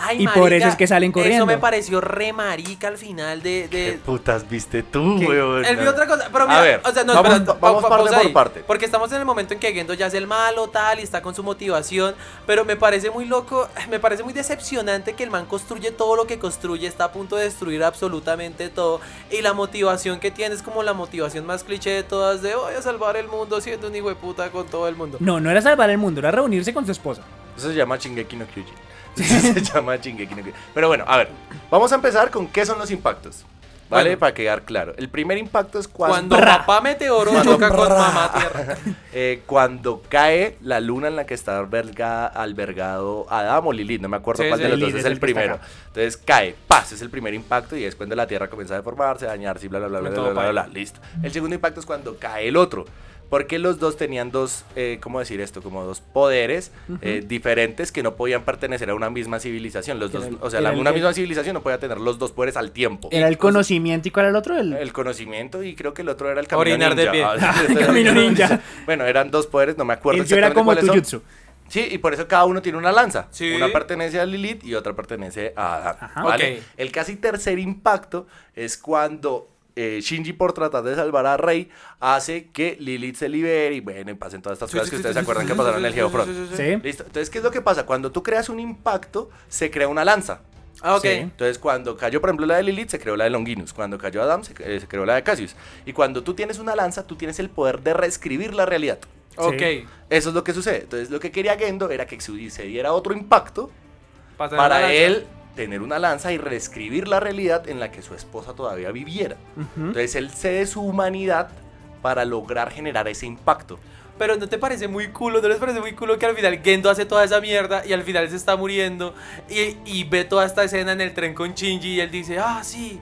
S6: Ay,
S1: y por
S6: marica,
S1: eso es que salen corriendo.
S6: Eso me pareció re marica al final de. de-
S8: Putas, viste tú, weón.
S6: Eh, Él vio otra cosa, pero
S8: A
S6: mira,
S8: ver,
S6: o sea, no,
S8: vamos-
S6: espera,
S8: va-
S6: pa-
S8: vamos
S6: pa-
S8: parte
S6: pausa
S8: por
S6: ahí,
S8: parte.
S6: Porque estamos en el momento en que Gendo ya es el malo, tal, y está con su motivación, pero me parece muy loco, me parece muy decepcionante que el man construye todo lo que construye, está a punto de destruir absolutamente todo, y la motivación que tiene es como la motivación más cliché de todas, de voy a salvar el mundo siendo un hijo de puta con todo el mundo.
S1: No, no era salvar el mundo, era reunirse con su esposa.
S8: Eso se llama Shingeki no Kyojin. Eso se llama Shingeki no Kyojin. Pero bueno, a ver, vamos a empezar con qué son los impactos. ¿Vale?
S6: Bueno.
S8: Para quedar claro. El primer impacto es
S6: Cuando
S8: cuando,
S6: papá meteoro
S8: Cuando-
S6: toca con mamá tierra.
S8: eh, cuando cae la luna en la que está alberga- albergado Adam o Lilith, no me acuerdo
S6: Sí,
S8: cuál
S6: sí,
S8: de los
S6: Lilith
S8: dos es
S6: es
S8: el
S6: el que está
S8: primero.
S6: acá.
S8: Entonces cae, paz, es el primer impacto y es cuando la tierra comienza a deformarse, a dañarse, y bla, bla, bla, bla,
S6: Con
S8: bla,
S6: todo
S8: bla, bla,
S6: paila.
S8: bla, listo. El segundo impacto es cuando cae el otro. Porque los dos tenían dos, eh, ¿cómo decir esto? Como dos poderes
S6: Ujú.
S8: eh, diferentes que no podían pertenecer a una misma civilización. Los
S1: Que
S8: dos,
S1: era el-
S8: o sea,
S1: era
S8: la-
S1: el
S8: una
S1: que-
S8: misma civilización no podía tener los dos poderes al tiempo.
S1: Era el conocimiento y cuál era el otro. El-
S8: El conocimiento y creo que el otro era el camino
S6: Orinar de
S8: ninja.
S6: pie.
S8: Ah, entonces,
S1: El camino ninja.
S8: Bueno, eran dos poderes, no me acuerdo.
S1: El yo era
S8: exactamente
S1: como
S8: cuáles
S1: tu
S8: son.
S1: jutsu.
S8: Sí, y por eso cada uno tiene una lanza.
S6: Sí.
S8: Una pertenece a Lilith y otra pertenece a Adán. ¿vale?
S6: Ok.
S8: El casi tercer impacto es cuando eh, Shinji, por tratar de salvar a Rey, hace que Lilith se libere y bueno, y pasen todas estas
S6: Sí,
S8: cosas
S6: sí,
S8: que
S6: sí,
S8: ustedes
S6: sí,
S8: se acuerdan
S6: sí,
S8: que
S6: sí,
S8: pasaron
S6: sí,
S8: en el
S6: sí,
S8: Geofront.
S6: sí, sí, sí.
S1: Sí.
S8: Listo. Entonces, ¿qué es lo que pasa? Cuando tú creas un impacto, se crea una lanza.
S6: Ah, ok.
S1: Sí.
S8: Entonces, cuando cayó, por ejemplo, la de Lilith, se creó la de Longinus. Cuando cayó Adam, se, eh, se creó la de Cassius. Y cuando tú tienes una lanza, tú tienes el poder de reescribir la realidad.
S6: Ok.
S8: Eso es lo que sucede. Entonces, lo que quería Gendo era que su- se diera otro impacto
S6: Para tener la
S8: para
S6: lanza.
S8: él tener una lanza y reescribir la realidad en la que su esposa todavía viviera. Entonces, él cede su humanidad para lograr generar ese impacto.
S6: Pero no te parece muy culo, no les parece muy culo que al final Gendo hace toda esa mierda y al final se está muriendo y, y ve toda esta escena en el tren con Shinji y él dice, ah, sí,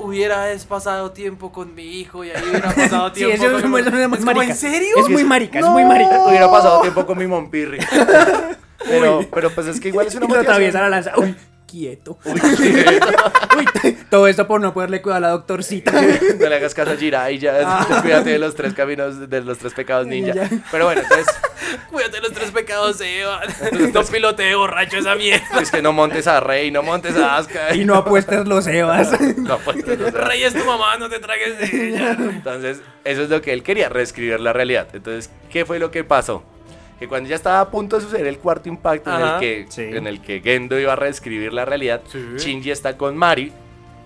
S6: hubiera es pasado tiempo con mi hijo y ahí hubiera pasado
S1: Sí,
S6: tiempo
S1: eso es
S6: con
S1: muy-
S6: mi
S1: eso es muy
S6: Es como,
S1: marica.
S6: ¿En serio?
S1: Es muy marica, es muy marica.
S8: Hubiera pasado tiempo con mi Mompirri. Pero, pero pues es que igual es una
S1: Y lo atraviesa
S8: motivación.
S1: la lanza. Uy, quieto. Uy, todo esto por no poderle cuidar a la doctorcita.
S8: No le hagas caso a Jiraiya, cuídate de los tres caminos, de los tres pecados ninja.
S1: Ya.
S8: Pero bueno, entonces,
S6: Cuídate de los tres pecados, Eva. No pilote borracho esa mierda.
S8: es pues, que no montes a Rey, no montes a Asuka.
S1: Y no apuestas los Evas.
S8: No, pues, no, no, no.
S6: Rey es tu mamá, no te tragues de ella.
S8: Entonces, eso es lo que él quería, reescribir la realidad. Entonces, ¿qué fue lo que pasó? Que cuando ya estaba a punto de suceder el cuarto impacto en el,
S6: Ajá.
S8: que,
S1: Sí.
S8: en el que Gendo iba a reescribir la realidad, Shinji está con Mari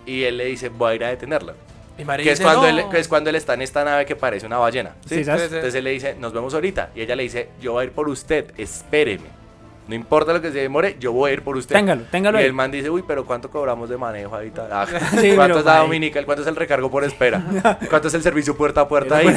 S8: y él le dice, voy a ir a detenerla.
S6: Y María
S8: Que es,
S6: dice,
S8: cuando
S6: "No".
S8: él, que es cuando él está en esta nave que parece una ballena.
S1: Sí, ¿sabes?
S6: Sí, sí.
S8: Entonces él le dice, nos vemos ahorita. Y ella le dice, yo voy a ir por usted, espéreme. No importa lo que se demore, yo voy a ir por usted.
S1: Téngalo, téngalo
S8: Y
S1: ahí.
S8: el man dice, uy, pero ¿cuánto cobramos de manejo ahí? tal? Ah,
S1: Sí,
S8: ¿Cuánto
S1: pero,
S8: es la
S1: ay.
S8: dominical? ¿Cuánto es el recargo por espera? ¿Cuánto es el servicio puerta a puerta ahí?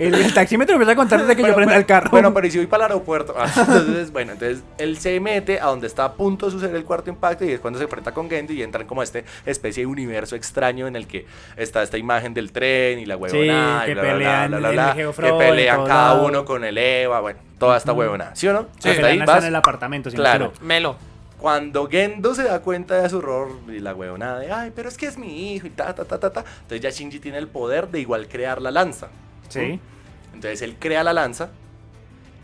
S1: El, el taxímetro empieza a contar desde que yo prenda el carro.
S8: Bueno, pero ¿y si voy para el aeropuerto. Ah, entonces, bueno, entonces él se mete a donde está a punto de suceder el cuarto impacto y es cuando se enfrenta con Gendo y entran como a este especie de universo extraño en el que está esta imagen del tren y la huevona
S1: que
S8: y bla, bla, bla,
S1: pelean
S8: bla, bla,
S1: el
S8: bla, que
S1: Geofront,
S8: pelean
S1: todo
S8: cada
S1: lado.
S8: uno con el Eva, bueno, toda esta huevona, ¿sí o no?
S1: Sí,
S8: Hasta ahí
S1: Elena está
S8: vas.
S1: en el apartamento. si no me
S8: Claro.
S1: equivoco.
S6: Melo.
S8: Cuando Gendo se da cuenta de su error y la huevonada de, ay, pero es que es mi hijo y ta, ta, ta, ta, ta, entonces ya Shinji tiene el poder de igual crear la lanza.
S1: Sí.
S8: Entonces él crea la lanza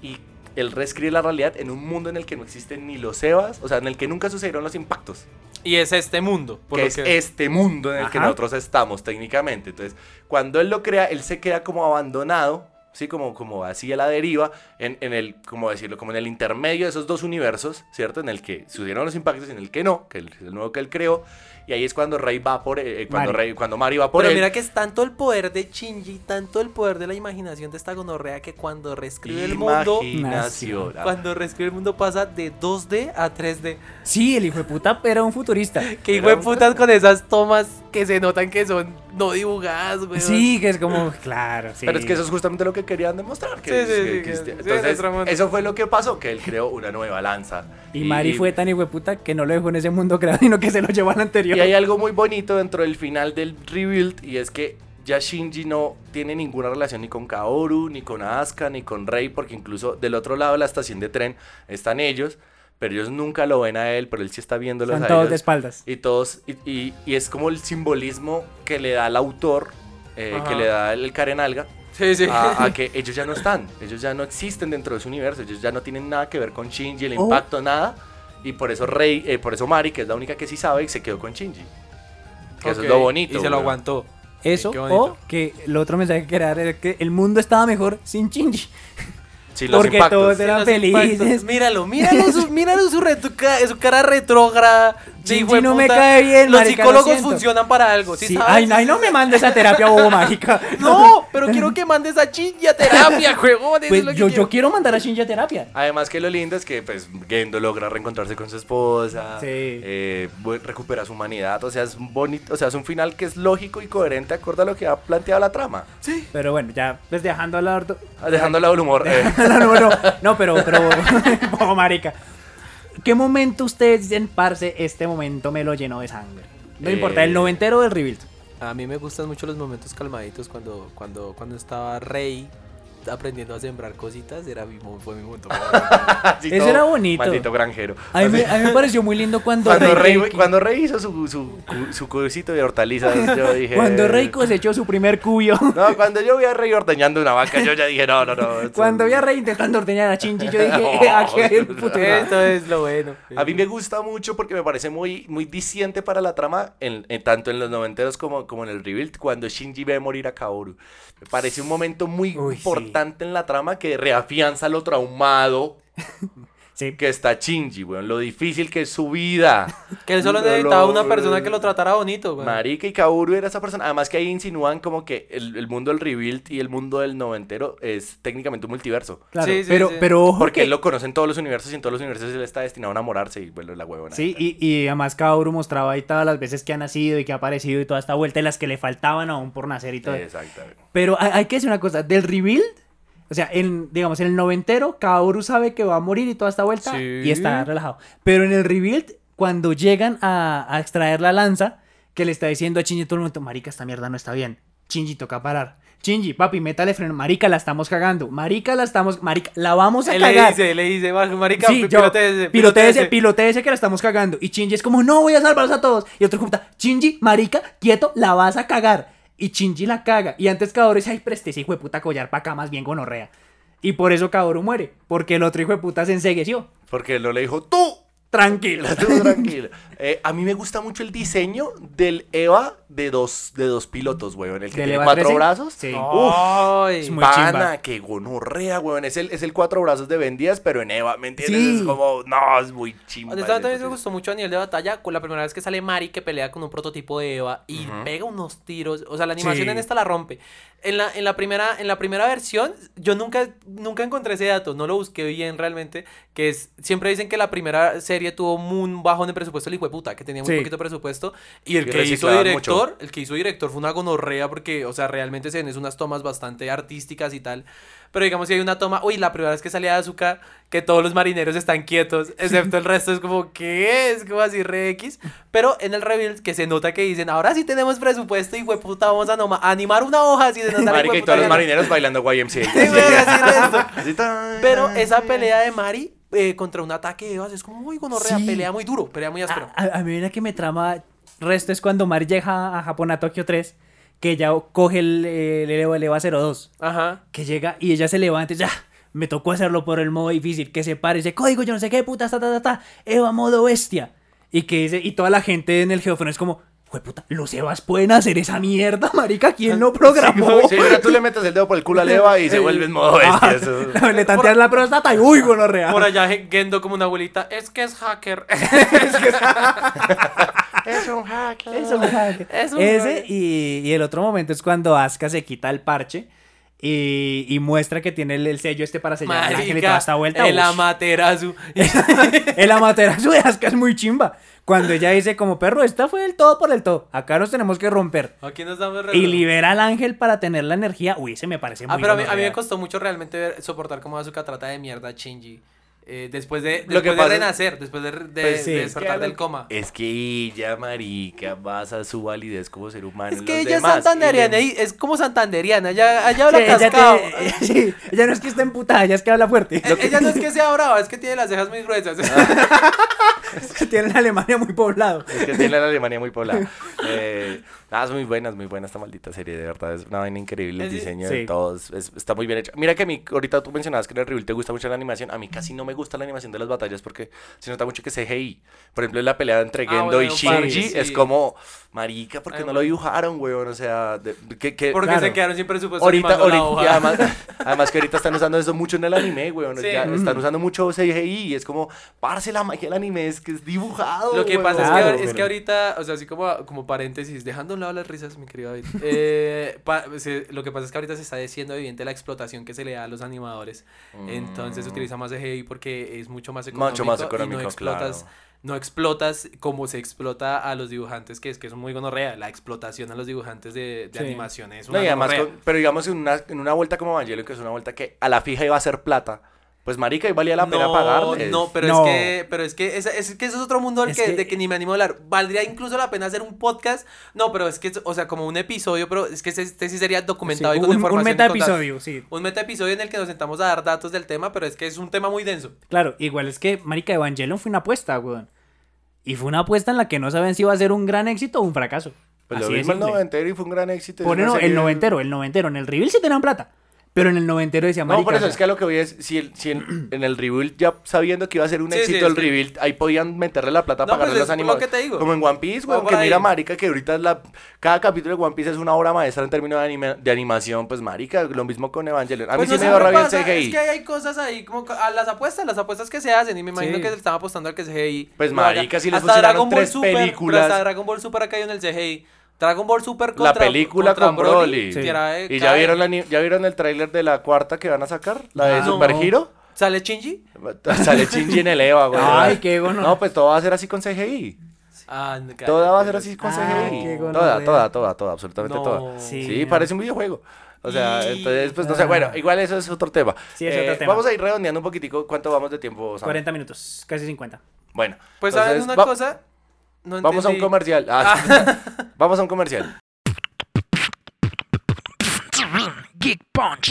S8: y él reescribe la realidad en un mundo en el que no existen ni los Evas, o sea, en el que nunca sucedieron los impactos,
S6: Y es este mundo. por
S8: que
S6: lo
S8: es este mundo en el que
S6: Ajá.
S8: nosotros estamos técnicamente. Entonces, cuando él lo crea, él se queda como abandonado, sí, como, como así a la deriva, en, en el, como decirlo, como en el intermedio de esos dos universos, ¿cierto? En el que sucedieron los impactos y en el que no, que es el nuevo que él creó. Y ahí es cuando Rey va por, eh, cuando
S1: Mari.
S8: Rey, cuando Mari va por
S6: Pero
S8: él.
S6: mira que es tanto el poder de Shinji, tanto el poder de la imaginación de esta gonorrea que cuando reescribe el mundo,
S8: Imaginación.
S6: cuando reescribe el mundo pasa de 2D a 3D.
S1: Sí, el hijo de puta era un futurista.
S6: Que hijo de putas con esas tomas que se notan que son no dibujadas, güey.
S1: Sí, que es como, claro, sí.
S8: Pero es que eso es justamente lo que querían demostrar. Que,
S6: Sí, sí,
S8: que-
S6: sí,
S8: que
S6: que-
S8: este-
S6: sí,
S8: entonces,
S6: nuestro mundo.
S8: eso fue lo que pasó, que él creó una nueva lanza.
S1: Y Mari fue tan hijo de puta que no lo dejó en ese mundo creado, sino que se lo llevó al anterior.
S8: Y hay algo muy bonito dentro del final del Rebuild, y es que ya Shinji no tiene ninguna relación ni con Kaoru, ni con Asuka, ni con Rey, porque incluso del otro lado de la estación de tren están ellos. pero ellos nunca lo ven a él, pero él sí está viéndolos
S1: Están
S8: a
S1: todos
S8: ellos.
S1: de espaldas.
S8: Y todos, y, y- y es como el simbolismo que le da el autor, eh,
S6: Ajá.
S8: que le da el Karen Alga.
S6: Sí, sí.
S8: A, a que ellos ya no están, ellos ya no existen dentro de su universo, ellos ya no tienen nada que ver con Shinji, el
S6: Oh.
S8: impacto, nada. Y por eso Rey, eh, por eso Mari, que es la única que sí sabe, se quedó con Shinji. Que eso es lo
S6: Ok,
S8: bonito.
S6: Y se lo
S8: weón.
S6: aguantó.
S1: Eso,
S6: Sí, qué bonito.
S1: o que el otro mensaje que era era que el mundo estaba mejor sin Shinji.
S8: Sí, los
S1: Porque
S8: impactos.
S1: todos
S8: Sí,
S1: eran
S6: los impactos.
S1: felices.
S6: Míralo, míralo, su, míralo su, retuca- su cara retrógrada. de
S1: Shinji
S6: hijueputa.
S1: no me cae bien,
S6: Los
S1: marica, lo
S6: psicólogos
S1: siento.
S6: funcionan para algo. Sí,
S1: Sí,
S6: sabes?
S1: Ay, no, ay, no me mandes a terapia bobo mágica.
S6: No, pero quiero que mandes a Shinji a terapia, juego.
S1: Pues yo, yo quiero mandar a Shinji a terapia.
S8: Además que lo lindo es que pues Gendo logra reencontrarse con su esposa,
S1: Sí.
S8: eh, vu- recupera su humanidad, o sea, es un bonito, o sea, es un final que es lógico y coherente acorde a lo que ha planteado la trama.
S1: Pero bueno, ya, pues dejando al lado.
S8: Ah, Dejando al lado el humor. eh.
S1: no, no, no, no, pero, pero, bobo marica. ¿Qué momento ustedes dicen, parce, este momento me lo llenó de sangre? No importa, el
S6: Eh.
S1: noventero o el rebuild.
S6: A mí me gustan mucho los momentos calmaditos cuando, cuando, cuando estaba Rey aprendiendo a sembrar cositas. Era mi, mo- fue mi momento.
S8: Así
S1: Eso
S8: todo,
S1: era bonito.
S8: Maldito granjero.
S1: A mí, me,
S8: Así.
S1: a mí me pareció muy lindo cuando,
S8: Cuando Rey,
S1: Reiko-
S8: cuando Rey hizo su, su, cu- su cursito de hortalizas, yo dije...
S1: Cuando Rey cosechó su primer cuyo.
S8: No, cuando yo vi a Rey ordeñando una vaca, yo ya dije, no, no, no. esto-
S1: Cuando vi a Rey intentando ordeñar a Shinji, yo dije, aquí hay un futuro.
S6: Esto es lo bueno.
S8: A mí me gusta mucho porque me parece muy, muy disciente para la trama, en, en- tanto en los noventeros como, como en el rebuild, cuando Shinji ve morir a Kaoru. Me parece un momento muy importante en la trama que reafianza lo traumado que está Shinji, weón. Lo difícil que es su vida.
S6: Que él solo
S8: Lo-
S6: necesitaba
S8: lo-
S6: una persona que lo tratara bonito, güey.
S8: Marica y Kaoru era esa persona. Además que ahí insinúan como que el, el mundo del rebuild y el mundo del noventero es técnicamente un multiverso.
S1: Claro, Sí, sí, pero- sí. pero ojo
S8: Porque
S1: que-
S8: él lo conoce en todos los universos y en todos los universos él está destinado a enamorarse y bueno, la huevona.
S1: Sí, y, y además Kaoru mostraba ahí todas las veces que ha nacido y que ha aparecido y toda esta vuelta y las que le faltaban aún por nacer y todo.
S8: Exactamente.
S1: Pero hay, hay que decir una cosa, del rebuild, o sea, en, digamos, en el noventero, Kaoru sabe que va a morir y toda esta vuelta
S6: Sí.
S1: y está relajado. Pero en el rebuild, cuando llegan a, a extraer la lanza, que le está diciendo a Shinji todo el momento, marica, esta mierda no está bien. Shinji, toca parar. Shinji, papi, métale freno. Marica, la estamos cagando. Marica, la estamos... Marica, la vamos a
S6: Él le
S1: cagar.
S6: dice, le dice, "Mar- marica,
S1: Sí,
S6: pi-
S1: yo, piloteese,
S6: piloteese, piloteese".
S1: piloteese que la estamos cagando. Y Shinji es como, no voy a salvarlos a todos. Y otro comenta, Shinji, marica, quieto, la vas a cagar. Y Shinji la caga. Y antes Kaoru dice, ay, preste ese hijo de puta collar para acá, más bien gonorrea. Y por eso Kaoru muere. Porque el otro hijo de puta se ensegueció.
S8: Porque lo le dijo, tú,
S1: Tranquilo.
S8: tú tranquilo. Eh, a mí me gusta mucho el diseño del Eva de dos, de dos pilotos, weón. El que
S1: ¿Del
S8: tiene
S1: Eva
S8: cuatro
S1: 13?
S8: brazos.
S1: Sí.
S8: Uf,
S6: Ay.
S1: Es muy
S8: pana,
S1: chimba.
S8: que gonorrea, weón. Es el, es el cuatro brazos de Vendías, pero en Eva, ¿me entiendes?
S1: Sí.
S8: Es como, no, es muy chimba.
S6: Donde
S8: el
S6: estaba también me
S8: diseño.
S6: gustó mucho a nivel de batalla, con la primera vez que sale Mari que pelea con un prototipo de Eva y
S8: Ujú.
S6: pega unos tiros, o sea, la animación
S8: Sí.
S6: en esta la rompe. En la, en la primera en la primera versión yo nunca nunca encontré ese dato, no lo busqué bien realmente, que es siempre dicen que la primera serie tuvo muy- un bajón de presupuesto el hijo de puta, que tenía muy
S1: Sí.
S6: poquito presupuesto y el
S8: Y
S6: que hizo
S8: reciclaban
S6: director,
S8: mucho.
S6: el que hizo director fue una gonorrea porque, o sea, realmente se ven es unas tomas bastante artísticas y tal. Pero digamos que hay una toma, uy, la primera vez que salía Azúcar, que todos los marineros están quietos, excepto el resto, es como, ¿qué es? Como así, re X. Pero en el reveal, que se nota que dicen, ahora sí tenemos presupuesto y puta, vamos a, noma- a animar una hoja así de
S8: Marica, y todos los marineros bailando YMCA.
S6: Pero
S8: Ah,
S6: esa pelea de Mari eh, contra un ataque de Evas es como, uy, gonorrea,
S1: Sí.
S6: pelea muy duro, pelea muy
S8: pues, Ah,
S6: áspero.
S1: A, a mí una que me trama resto es cuando Mari llega a Japón a Tokio 3, que ella coge el, el, el EVA 02.
S8: ah.
S6: Ajá.
S1: Que llega y ella se levanta y ya. Me tocó hacerlo por el modo difícil, que se pare y dice, código, yo no sé qué, puta, ta, ta, ta, ta, Eva modo bestia. Y que dice, y toda la gente en el geófono es como, puta, los Evas pueden hacer esa mierda, marica, ¿quién lo programó?
S8: Sí, mira, tú le metes el dedo por el culo a Eva y se vuelve en modo
S1: Ah,
S8: bestia. eso.
S1: le tanteas la próstata y uy, gonorrea.
S6: Por allá Gendo como una abuelita, es que es hacker.
S8: Es un hacker.
S1: Es un hacker.
S6: Es un
S1: Ese
S6: hacker.
S1: y, y el otro momento es cuando Asuka se quita el parche y, y muestra que tiene el, el sello este para sellar el ángel y toda esta vuelta.
S6: el
S1: ush.
S6: amaterasu.
S1: el amaterasu de Asuka es muy chimba. Cuando ella dice como perro, esta fue el todo por el todo. Acá nos tenemos que romper.
S6: Aquí nos damos
S1: Y libera al ángel para tener la energía. Uy, ese me parece muy
S6: Ah, pero a mí, a mí
S1: gonorrea.
S6: me costó mucho realmente ver- soportar cómo Azuka trata de mierda a Shinji. Eh, después de,
S8: Lo que
S6: después de
S8: pasa es-
S6: renacer, después de, de,
S8: Pues sí. Eh,
S6: de despertar del coma.
S8: Es que ella, marica, basa su validez como ser humano.
S6: Es que ella es santanderiana, y es como santanderiana, ella, ella habla
S1: Sí, ella
S6: cascado.
S1: te- sí, ella no es que esté emputada, ella es que habla fuerte.
S6: Eh, Ella no es que sea brava, es que tiene las cejas muy gruesas.
S1: Tiene en Alemania muy poblado.
S8: Es que tiene la Alemania muy poblada. Eh, nada, son muy buenas, muy buena esta maldita serie, de verdad. Es una vaina increíble el
S6: Sí.
S8: diseño
S6: Sí.
S8: de todos. es- está muy bien hecho. Mira que a mí, ahorita tú mencionabas que en el review te gusta mucho la animación. A mí casi no me gusta la animación de las batallas porque se nota mucho que es CGI. Por ejemplo, en la pelea entre
S6: Ah,
S8: Gendo
S6: bueno,
S8: y
S6: parce,
S8: Shinji
S6: sí.
S8: es como, marica, ¿por qué
S6: Ay,
S8: no lo dibujaron, weón? O sea, de- que, que-
S6: Porque se quedaron sin presupuesto
S8: Ahorita,
S6: animando la
S8: ahorita-
S6: hoja.
S8: y además, además que ahorita están usando eso mucho en el anime, weón.
S6: Sí.
S8: Ya
S6: Mm.
S8: Están usando mucho CGI y es como, parce la magia del anime, es que es dibujado.
S6: Lo que
S8: weón.
S6: pasa es que- es, que, ahorita, o sea, así como, como paréntesis, dejando a un lado las risas, mi querido David. eh, pa- se- lo que pasa es que ahorita se está diciendo evidente la explotación que se le da a los animadores. Entonces se utiliza más CGI porque es mucho más económico.
S8: Mm. Mucho más
S6: y
S8: económico,
S6: no explotas,
S8: claro.
S6: No explotas como se explota a los dibujantes, que es que es muy gonorrea. La explotación a los dibujantes de, de
S8: Sí.
S6: animación es
S8: No,
S6: una
S8: y además
S6: gonorrea.
S8: con- pero digamos en una, en una vuelta como Evangelion, que es una vuelta que a la fija iba a ser plata, pues marica, y valía la pena pues,
S6: no,
S8: pagarles.
S6: No, pero
S8: No.
S6: es que, pero es que, es, es que eso es otro mundo del
S8: Es
S6: que,
S8: que-
S6: de que ni me animo a hablar. Valdría incluso la pena hacer un podcast. No, pero es que, o sea, como un episodio, pero es que este, este sí sería documentado
S1: Sí,
S6: y con
S1: un- un
S6: información. y con datos.
S1: metaepisodio, sí.
S6: Un meta episodio en el que nos sentamos a dar datos del tema, pero es que es un tema muy denso.
S1: Claro, igual es que Marica Evangelion fue una apuesta, weón. Y fue una apuesta en la que no saben si iba a ser un gran éxito o un fracaso.
S8: Pues lo
S1: Así de
S8: mismo el
S1: simple.
S8: noventero y fue un gran éxito. es
S1: Ponen
S8: una
S1: el
S8: serie-
S1: noventero, el noventero. En el reveal sí tenían plata. Pero en el noventero decía Marica.
S8: No, por
S1: o
S8: eso
S1: sea,
S8: es que a lo que voy es, si, el- si en, en el rebuild ya sabiendo que iba a ser un
S1: Sí, sí,
S8: éxito
S1: es
S8: el
S1: que-
S8: rebuild, ahí podían meterle la plata a
S6: No,
S8: pagarle
S6: pues es
S8: los
S6: lo
S8: animales.
S6: que te digo.
S8: Como en One Piece,
S6: Va
S8: weón,
S6: por
S8: que
S6: ahí.
S8: mira, marica, que ahorita es la, cada capítulo de One Piece es una obra maestra en términos de, anima- de animación, pues marica, lo mismo con Evangelion. A mí
S6: Pues no
S8: sí me
S6: siempre
S8: agarra bien
S6: pasa,
S8: CGI.
S6: Es que ahí hay cosas ahí, como co- a las apuestas, las apuestas que se hacen. Y me imagino
S8: Sí.
S6: que se están apostando al que CGI.
S8: Pues,
S6: lo haga.
S8: marica, si les
S6: Hasta
S8: funcionaron
S6: Dragon Ball
S8: tres
S6: Super, pero
S8: películas.
S6: Hasta Dragon Ball Super ha caído en el CGI. Dragon Ball Super
S8: La
S6: contra
S8: película
S6: contra
S8: con Broly.
S6: tira-
S8: ¿Y ya
S6: cae.
S8: vieron, la ni- ya vieron el tráiler de la cuarta que van a sacar? ¿La de
S6: Ah,
S8: Super
S6: no.
S8: Hero?
S6: ¿Sale Shinji?
S8: Sale Shinji en el EVA, güey.
S1: Ay, qué bueno.
S8: No, pues todo va a ser así con CGI.
S6: Ah,
S8: Toda va a ser así con
S1: Ay,
S8: CGI.
S1: qué gonorrea.
S8: Toda, toda, toda, toda, absolutamente
S1: No.
S8: toda.
S1: Sí. Ah.
S8: Sí, parece un videojuego. O sea, entonces, pues no sé. Bueno, igual eso es otro tema. Eh,
S1: Sí, es otro tema.
S8: Vamos a ir redondeando un poquitico. ¿Cuánto vamos de tiempo, Sam?
S1: 40 minutos, casi 50.
S8: Bueno.
S6: Pues
S8: entonces,
S6: saben una
S8: va-
S6: cosa. No
S8: Vamos a un
S6: entendí.
S8: comercial. Ah, sí. vamos a un comercial.
S5: Geek Punch.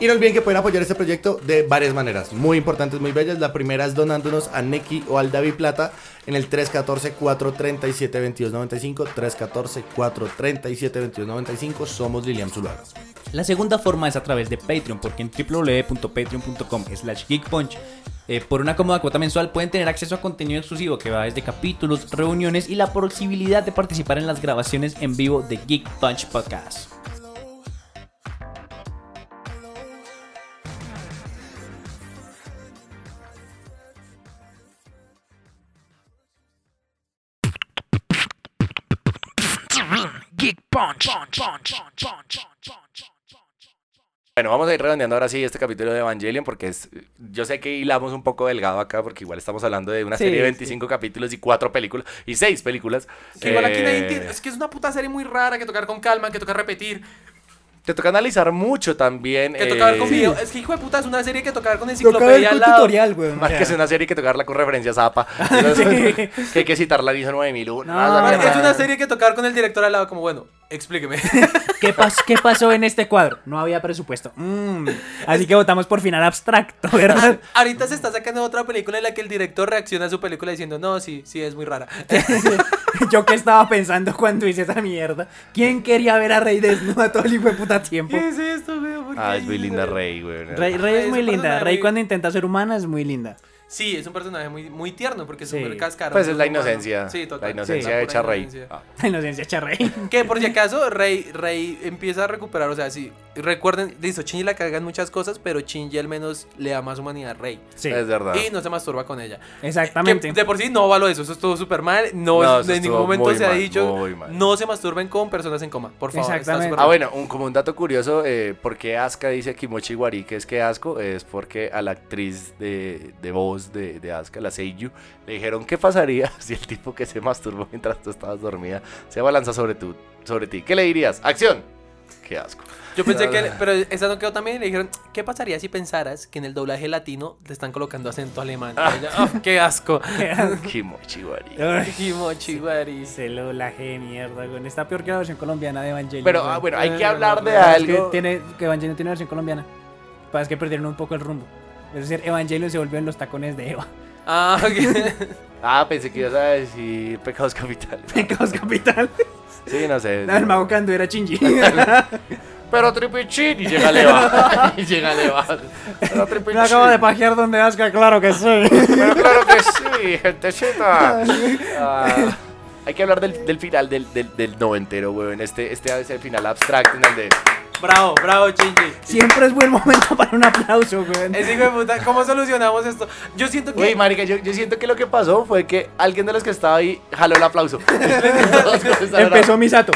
S9: Y no olviden que pueden apoyar este proyecto de varias maneras, muy importantes, muy bellas. La primera es donándonos a Neki o al David Plata en el 314-437-2295. 314-437-2295. Somos Lilian Zuluaga.
S10: La segunda forma es a través de Patreon, porque en www.patreon.com slash geekpunch eh, por una cómoda cuota mensual pueden tener acceso a contenido exclusivo que va desde capítulos, reuniones y la posibilidad de participar en las grabaciones en vivo de Geek Punch Podcast.
S5: Geek Punch.
S8: Bueno, vamos a ir redondeando ahora sí este capítulo de Evangelion porque es, yo sé que hilamos un poco delgado acá porque igual estamos hablando de una
S6: Sí,
S8: serie de
S6: sí.
S8: 25 capítulos y 4 películas y 6 películas.
S6: Que igual aquí
S8: Eh,
S6: nadie entiende. Es que es una puta serie muy rara que tocar con calma, que toca repetir,
S8: Te toca analizar mucho también.
S6: que toca ver con
S8: eh,
S6: video. Es que hijo de puta es una serie que toca ver con
S8: Toca ver
S6: enciclopedia al lado.
S8: güey. que es una serie que tocarla con referencias a APA. que hay que citarla ISO 9001. Ah, la
S6: Ah,
S8: mierda.
S6: es una serie que tocar con el director al lado, como bueno, explíqueme.
S1: ¿Qué, pas- qué pasó en este cuadro? No había presupuesto. Mm, así que votamos por final abstracto, ¿verdad?
S6: Ahorita se está sacando otra película en la que el director reacciona a su película diciendo, no, sí, sí, es muy rara.
S1: Yo que estaba pensando cuando hice esa mierda. ¿Quién quería ver a Rey desnuda todo el hijo de puta tiempo?
S6: ¿Qué es esto, güey? ¿Por qué
S8: Ah, es muy
S6: hizo
S8: linda
S6: eso?
S8: Rey, güey.
S1: Rey, Rey es muy
S6: Ese
S1: linda.
S6: personaje,
S1: Rey cuando intenta ser humana es muy linda.
S6: Sí, es un personaje muy, muy tierno porque es súper cascarón.
S8: Pues es la
S6: humano.
S8: inocencia.
S6: Sí, total.
S8: La inocencia de
S6: pura
S8: Charrey.
S6: inocencia.
S8: Ah.
S1: La inocencia echa rey.
S6: Que por si acaso Rey, Rey empieza a recuperar, o sea, sí, recuerden, listo, Chin y la cagan muchas cosas, pero Chin ya al menos le da más humanidad a Rey.
S8: Sí. Es verdad.
S6: Y no se masturba con ella.
S1: Exactamente.
S6: Que de por sí no valo eso, eso estuvo súper mal, no,
S8: No,
S6: es-
S8: eso
S6: en ningún
S8: estuvo
S6: momento
S8: muy
S6: se ha
S8: mal,
S6: dicho,
S8: muy mal.
S6: no se masturben con personas en coma, por favor. está súper mal.
S8: Ah, bueno, un- como un dato curioso, eh, ¿por qué Asuka dice Kimochi Wari que es que asco? Es porque a la actriz de, de voz de, de Asuka, la Seiyu, le dijeron qué pasaría si el tipo que se masturbó mientras tú estabas dormida se abalanza sobre, tú, sobre ti. ¿Qué le dirías? ¡Acción! ¡Qué asco!
S6: Yo pensé que, pero esa no quedó también y le dijeron, ¿qué pasaría si pensaras que en el doblaje latino le están colocando acento alemán? Y ella, "Ah, ¡Qué asco!
S8: Kimochi Wari.
S6: Kimochi, Wari.
S1: Se lo laje de mierda, güey. Está peor que la versión colombiana de Evangelion.
S8: Pero,
S1: güey.
S8: ah, bueno, hay
S1: No,
S8: que
S1: no, no,
S8: hablar
S1: no,
S8: de
S1: no, es
S8: algo-
S1: Que, tiene, que Evangelion tiene versión colombiana. Para es que perdieron un poco el rumbo. Es decir, Evangelion se volvió en los tacones de Eva.
S6: Ah, ok.
S8: Ah, pensé que ibas a decir pecados capitales.
S1: Pecados capitales.
S8: Sí, no sé.
S1: No, el mago Kando era Shinji.
S8: Pero Tripichín y llega Leva. y llega Leva. Pero Tripichín.
S1: Me acabo de pajear donde Aska, claro que sí.
S8: Pero claro que sí, gentecita. Ah, hay que hablar del, del final del, del, del noventero, weón. Este, este es el final abstracto en donde.
S6: Bravo, bravo, Chinji.
S1: Siempre es buen momento para un aplauso, güey.
S6: Ese hijo de puta, ¿cómo solucionamos esto? Yo siento que.
S8: Güey, marica, yo, yo siento que lo que pasó fue que alguien de los que estaba ahí jaló el aplauso. Todos comenzaron a-
S1: Empezó Misato.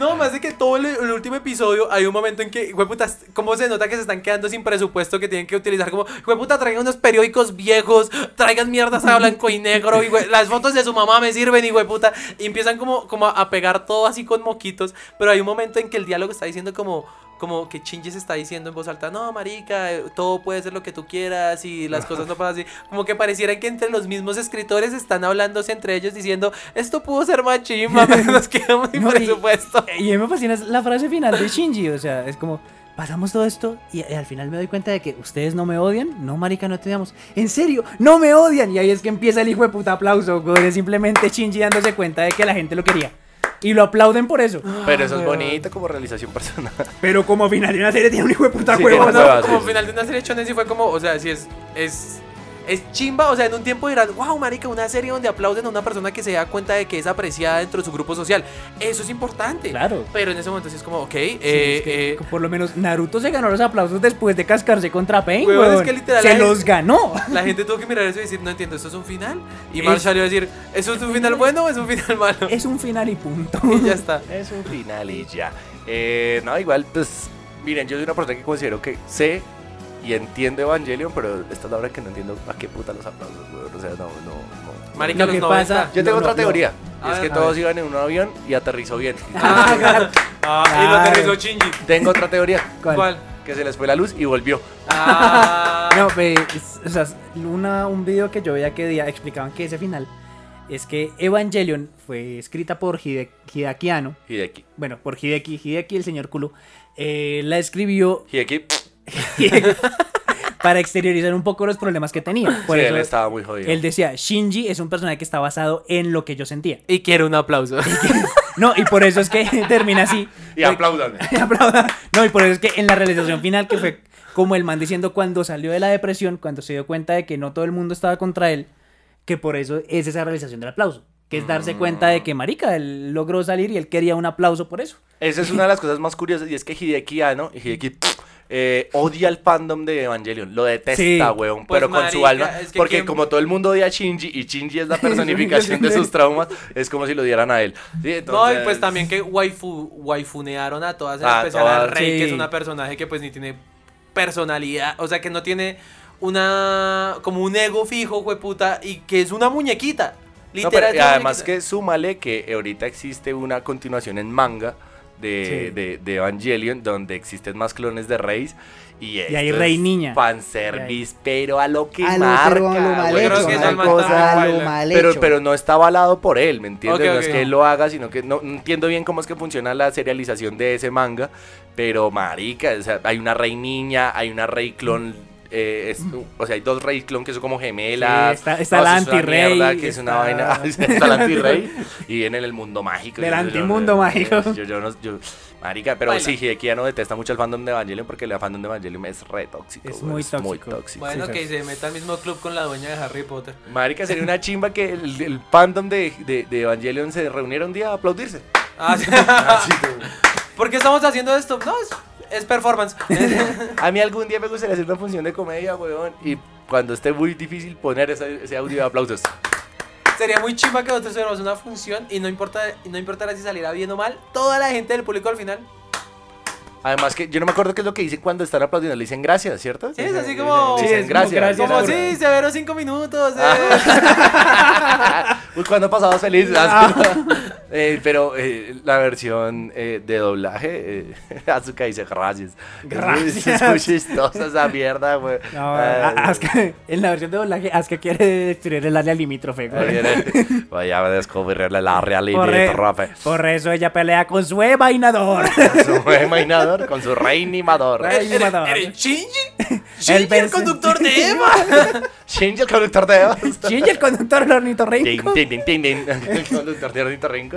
S6: No, más de que todo el, el último episodio hay un momento en que, hueputas, cómo se nota que se están quedando sin presupuesto que tienen que utilizar como, hueputa, traigan unos periódicos viejos, traigan mierdas a blanco y negro, y hue- las fotos de su mamá me sirven, y hueputa, y empiezan como, como a pegar todo así con moquitos, pero hay un momento en que el diálogo está diciendo como... Como que Chinji se está diciendo en voz alta, no, marica, eh, todo puede ser lo que tú quieras y las cosas no pasan así. Como que pareciera que entre los mismos escritores están hablándose entre ellos diciendo, esto pudo ser más chimba, pero nos quedamos sin presupuesto.
S1: Y a mí me fascina es la frase final de Shinji. O sea, es como, pasamos todo esto y, y al final me doy cuenta de que ustedes no me odian. No, marica, no te odiamos. En serio, no me odian. Y ahí es que empieza el hijo de puta aplauso, güey. Es Simplemente Shinji dándose cuenta de que la gente lo quería. Y lo aplauden por eso.
S8: Pero
S1: Ah,
S8: eso es bonito como realización personal.
S1: Pero como final de una serie tiene un hijo de puta
S8: Sí,
S1: huevo.
S8: tiene
S6: No,
S8: hueva, sí,
S6: como
S8: sí.
S6: final de una serie shonen sí fue como, o sea, sí es, es, es chimba, o sea, en un tiempo dirán, wow, marica, una serie donde aplauden a una persona que se da cuenta de que es apreciada dentro de su grupo social. Eso es importante.
S1: Claro.
S6: Pero en ese momento sí es como, ok,
S1: Sí,
S6: eh,
S1: es que
S6: eh,
S1: por lo menos Naruto se ganó los aplausos después de cascarse contra Pain.
S6: Huevón, es
S1: huevón.
S6: que literal
S1: se
S6: la-
S1: los ganó.
S6: la gente tuvo que mirar eso y decir, no entiendo, ¿esto es un final? Y
S1: Es-
S6: Marshall salió a decir, ¿eso es un final bueno o es un final malo?
S1: Es un final y punto.
S6: Y ya está.
S8: Es un final y ya. Eh, no, igual, pues, miren, yo soy una persona que considero que sé y entiendo Evangelion, pero esta es la hora que no entiendo a qué puta los aplausos, weón. O sea, no, no, no.
S6: Marica,
S1: Lo
S6: los
S1: que pasa-
S6: 90.
S8: Yo tengo
S1: No,
S8: otra
S1: no,
S8: teoría.
S6: no.
S8: y
S6: A
S8: es
S6: ver, a
S8: que todos iban en un avión y aterrizó bien.
S6: Ah, claro. Ah, y lo
S1: Claro.
S6: aterrizó Shinji.
S8: Tengo otra teoría.
S1: ¿Cuál?
S6: ¿Cuál?
S8: Que se les fue la luz y volvió.
S6: Ah,
S1: No, pe- es- o sea, una- un video que yo veía que día explicaban que ese final es que Evangelion fue escrita por Hide, Hideaki Anno,
S8: Y de aquí.
S1: bueno, por Hideki, Hideki el señor culo, eh, la escribió
S8: Y de aquí. pff,
S1: para exteriorizar un poco los problemas que tenía. Por
S8: sí,
S1: eso
S8: él estaba muy jodido.
S1: él decía, Shinji es un personaje que está basado en lo que yo sentía.
S6: y quiero un aplauso.
S1: No, y por eso es que termina así.
S8: Y aplaudan.
S1: Aplauda. No, y por eso es que en la realización final, que fue como el man diciendo cuando salió de la depresión, cuando se dio cuenta de que no todo el mundo estaba contra él, que por eso es esa realización del aplauso. Que es darse cuenta
S8: Mm.
S1: de que, marica, él logró salir y él quería un aplauso por eso.
S8: Esa es una de las cosas más curiosas y es que Hideki Anno, Hideki pff, eh, odia el fandom de Evangelion, lo detesta,
S1: Sí.
S8: weón,
S6: Pues,
S8: pero con su
S6: marica,
S8: alma,
S6: es que
S8: porque
S6: quién-
S8: como todo el mundo odia a Shinji y Shinji es la personificación de sus traumas, es como si lo dieran a él. Sí,
S6: No, y
S8: entonces-
S6: pues también que waifu, waifunearon a todas, en
S8: A
S6: especial a
S8: todas.
S6: Rey, que es
S1: Sí.
S6: una personaje que pues ni tiene personalidad, o sea que no tiene una como un ego fijo, hueputa, y que es una muñequita.
S8: No,
S6: Literal.
S8: pero
S6: es una
S8: además
S6: muñequita.
S8: que súmale que ahorita existe una continuación en manga de,
S1: Sí.
S8: de- de Evangelion donde existen más clones de Reis y, esto
S1: hay Rey
S8: es
S1: niña.
S8: Fanservice, pero a lo que
S11: A lo-
S8: marca.
S11: pero a lo mal
S8: güey.
S6: hecho, Yo creo que una Salman cosa también a lo baila. mal
S8: pero,
S11: hecho.
S8: pero no está avalado por él, ¿me entiendes?
S6: Ok,
S8: no
S6: ok.
S8: es que él lo haga, sino que no, no entiendo bien cómo es que funciona la serialización de ese manga, pero marica, o sea, hay una Rey niña, hay una Rey clon eh, es- o sea, hay dos Rey Clon que son como
S1: Sí,
S8: gemelas.
S1: está- está
S8: No,
S1: el
S8: eso es una
S1: anti-Rey,
S8: mierda, que es una
S1: está-
S8: vaina. está el anti-Rey. Y viene el mundo mágico.
S1: Del
S8: Yo- yo-
S1: antimundo
S8: yo-
S1: mágico.
S8: Yo, yo no- yo- marica, pero
S6: Bueno.
S8: sí, Hideki ya no detesta mucho el fandom de Evangelion porque el fandom de Evangelion es re tóxico.
S1: Es
S8: güey,
S1: muy
S8: Muy
S1: tóxico.
S8: tóxico.
S6: Bueno, que se meta al mismo club con la dueña de Harry Potter.
S8: Marica, sería una chimba que el, el fandom de, de, de Evangelion se reuniera un día a aplaudirse.
S6: Ah, sí. ¿Por qué estamos haciendo esto? No, es, es performance.
S8: A mí algún día me gustaría hacer una función de comedia, weón. Y cuando esté muy difícil poner ese, ese audio de aplausos.
S6: Sería muy chimba que nosotros tuviéramos una función y no importa y no importara si saliera bien o mal, toda la gente del público al final.
S8: Además que yo no me acuerdo qué es lo que dicen cuando están aplaudiendo. Le dicen gracias, ¿cierto?
S6: Sí, es así como.
S8: Le dicen gracias.
S6: Como
S8: por-
S6: sí, severo cinco minutos. eh".
S8: Uy, cuando pasabas feliz. Eh, pero eh, la versión eh, de doblaje, eh, Azuka dice gracias.
S1: Gracias.
S8: Es muy chistosa esa mierda, güey.
S1: No,
S8: Eh,
S1: a- Asuka- en la versión de doblaje, Aska quiere destruir el área limítrofe. güey.
S8: ahí viene. Vaya a descubrirle la realidad,
S1: Por, e-
S8: Rafa.
S1: por eso ella pelea con su evainador.
S8: Su reinador con su reinimador.
S1: Reinimador.
S6: ¿Eres- ¿Eres Shinji? Shinji, el conductor de Eva.
S8: Shinji el conductor de Eva.
S1: Shinji el conductor del
S8: Tin,
S1: ornitorrinco.
S8: tin, tin, tin, tin. El conductor de ornitorrinco.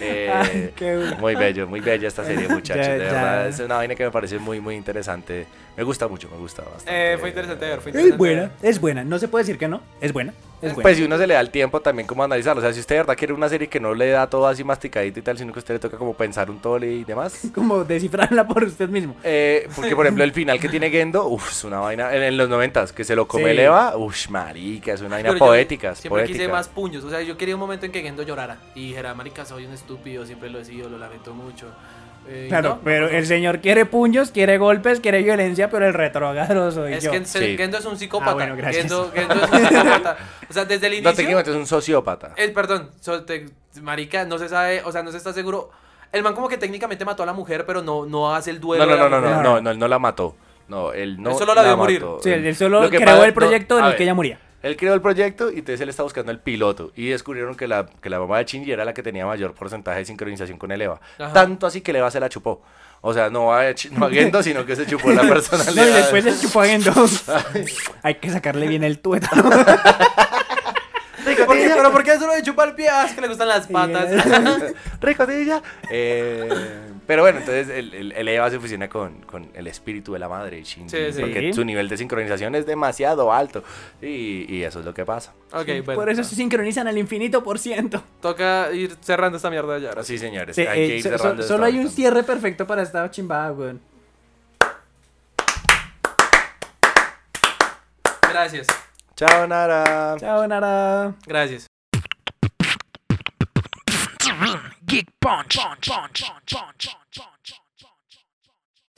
S8: Eh,
S1: Ay, qué bueno.
S8: muy bello, muy bella esta serie, muchachos.
S1: Ya,
S8: de
S1: ya.
S8: verdad, es una vaina que me parece muy, muy interesante. Me gusta mucho, me gusta bastante.
S6: Eh, fue interesante ver, fue
S1: Es
S6: interesante
S1: buena,
S6: ver.
S1: es buena. No se puede decir que no. Es buena, es buena.
S8: Pues si uno se le da el tiempo también como analizarlo. O sea, si usted de verdad quiere una serie que no le da todo así masticadito y tal, sino que a usted le toca como pensar un tole y demás.
S1: Como descifrarla por usted mismo.
S8: Eh, porque, por ejemplo, el final que tiene Gendo, uff, es una vaina. En, en los noventas, que se lo come
S1: Sí.
S8: Leva, uff, marica, es una vaina
S6: Pero yo
S8: poética. es
S6: Siempre
S8: poética.
S6: quise más puños. O sea, yo quería un momento en que Gendo llorara. Y dijera, marica, soy un estúpido, siempre lo he sido, lo lamento mucho. Eh, y
S1: Claro,
S6: no,
S1: pero el señor quiere puños, quiere golpes, quiere violencia, pero el retrogado soy
S6: Es
S1: yo.
S6: que se- Gendo es un psicópata.
S1: Ah, bueno, gracias.
S6: Gendo, Gendo es un psicópata. O sea, desde el inicio.
S8: No, técnicamente es un sociópata.
S6: Eh, perdón, so- te- marica, no se sabe, o sea, no se está seguro. El man como que técnicamente mató a la mujer, pero no, no hace el
S8: No,
S6: duelo.
S8: no,
S6: de la
S8: no, no,
S6: mujer.
S8: no, no, no, él no la mató. No, él no.
S6: Él solo la vio morir.
S8: mató.
S1: Sí, él- él solo
S8: Lo que
S1: creó
S8: pasa-
S1: el proyecto en
S8: a
S1: el que ella moría.
S8: Él creó el proyecto y entonces él está buscando el piloto. Y descubrieron que la, que la mamá de Shinji era la que tenía mayor porcentaje de sincronización con el Eva.
S6: Ajá.
S8: Tanto así que el Eva se la chupó. O sea, no va a Ch- no a Gendo, sino que se chupó la personalidad.
S1: No, y después el chupó a Gendo. Hay que sacarle bien el tueto.
S6: ¿Por qué? ¿Pero por qué solo de chupar el pie? Ah, es que le gustan las patas.
S8: pues, Ricotilla. Eh, pero bueno, entonces el, el- el Eva se fusiona con, con el espíritu de la madre, Shinji,
S6: Sí, sí.
S8: porque
S1: Sí.
S8: su nivel de sincronización es demasiado alto. Y, y eso es lo que pasa.
S6: Ok, bueno.
S1: Por eso se sincronizan al infinito por ciento.
S6: Toca ir cerrando esta mierda ya.
S8: Sí, señores.
S1: Sí,
S8: hay
S1: eh,
S8: que ir
S1: so- so-
S8: cerrando esta
S1: solo hay un
S8: ahorita.
S1: cierre perfecto para esta chimbada, weón.
S6: Gracias,
S8: Chao, Nara.
S1: Chao, Nara.
S6: gracias.
S5: Geek Punch. Punch. Punch. Punch.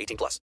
S12: 18 plus.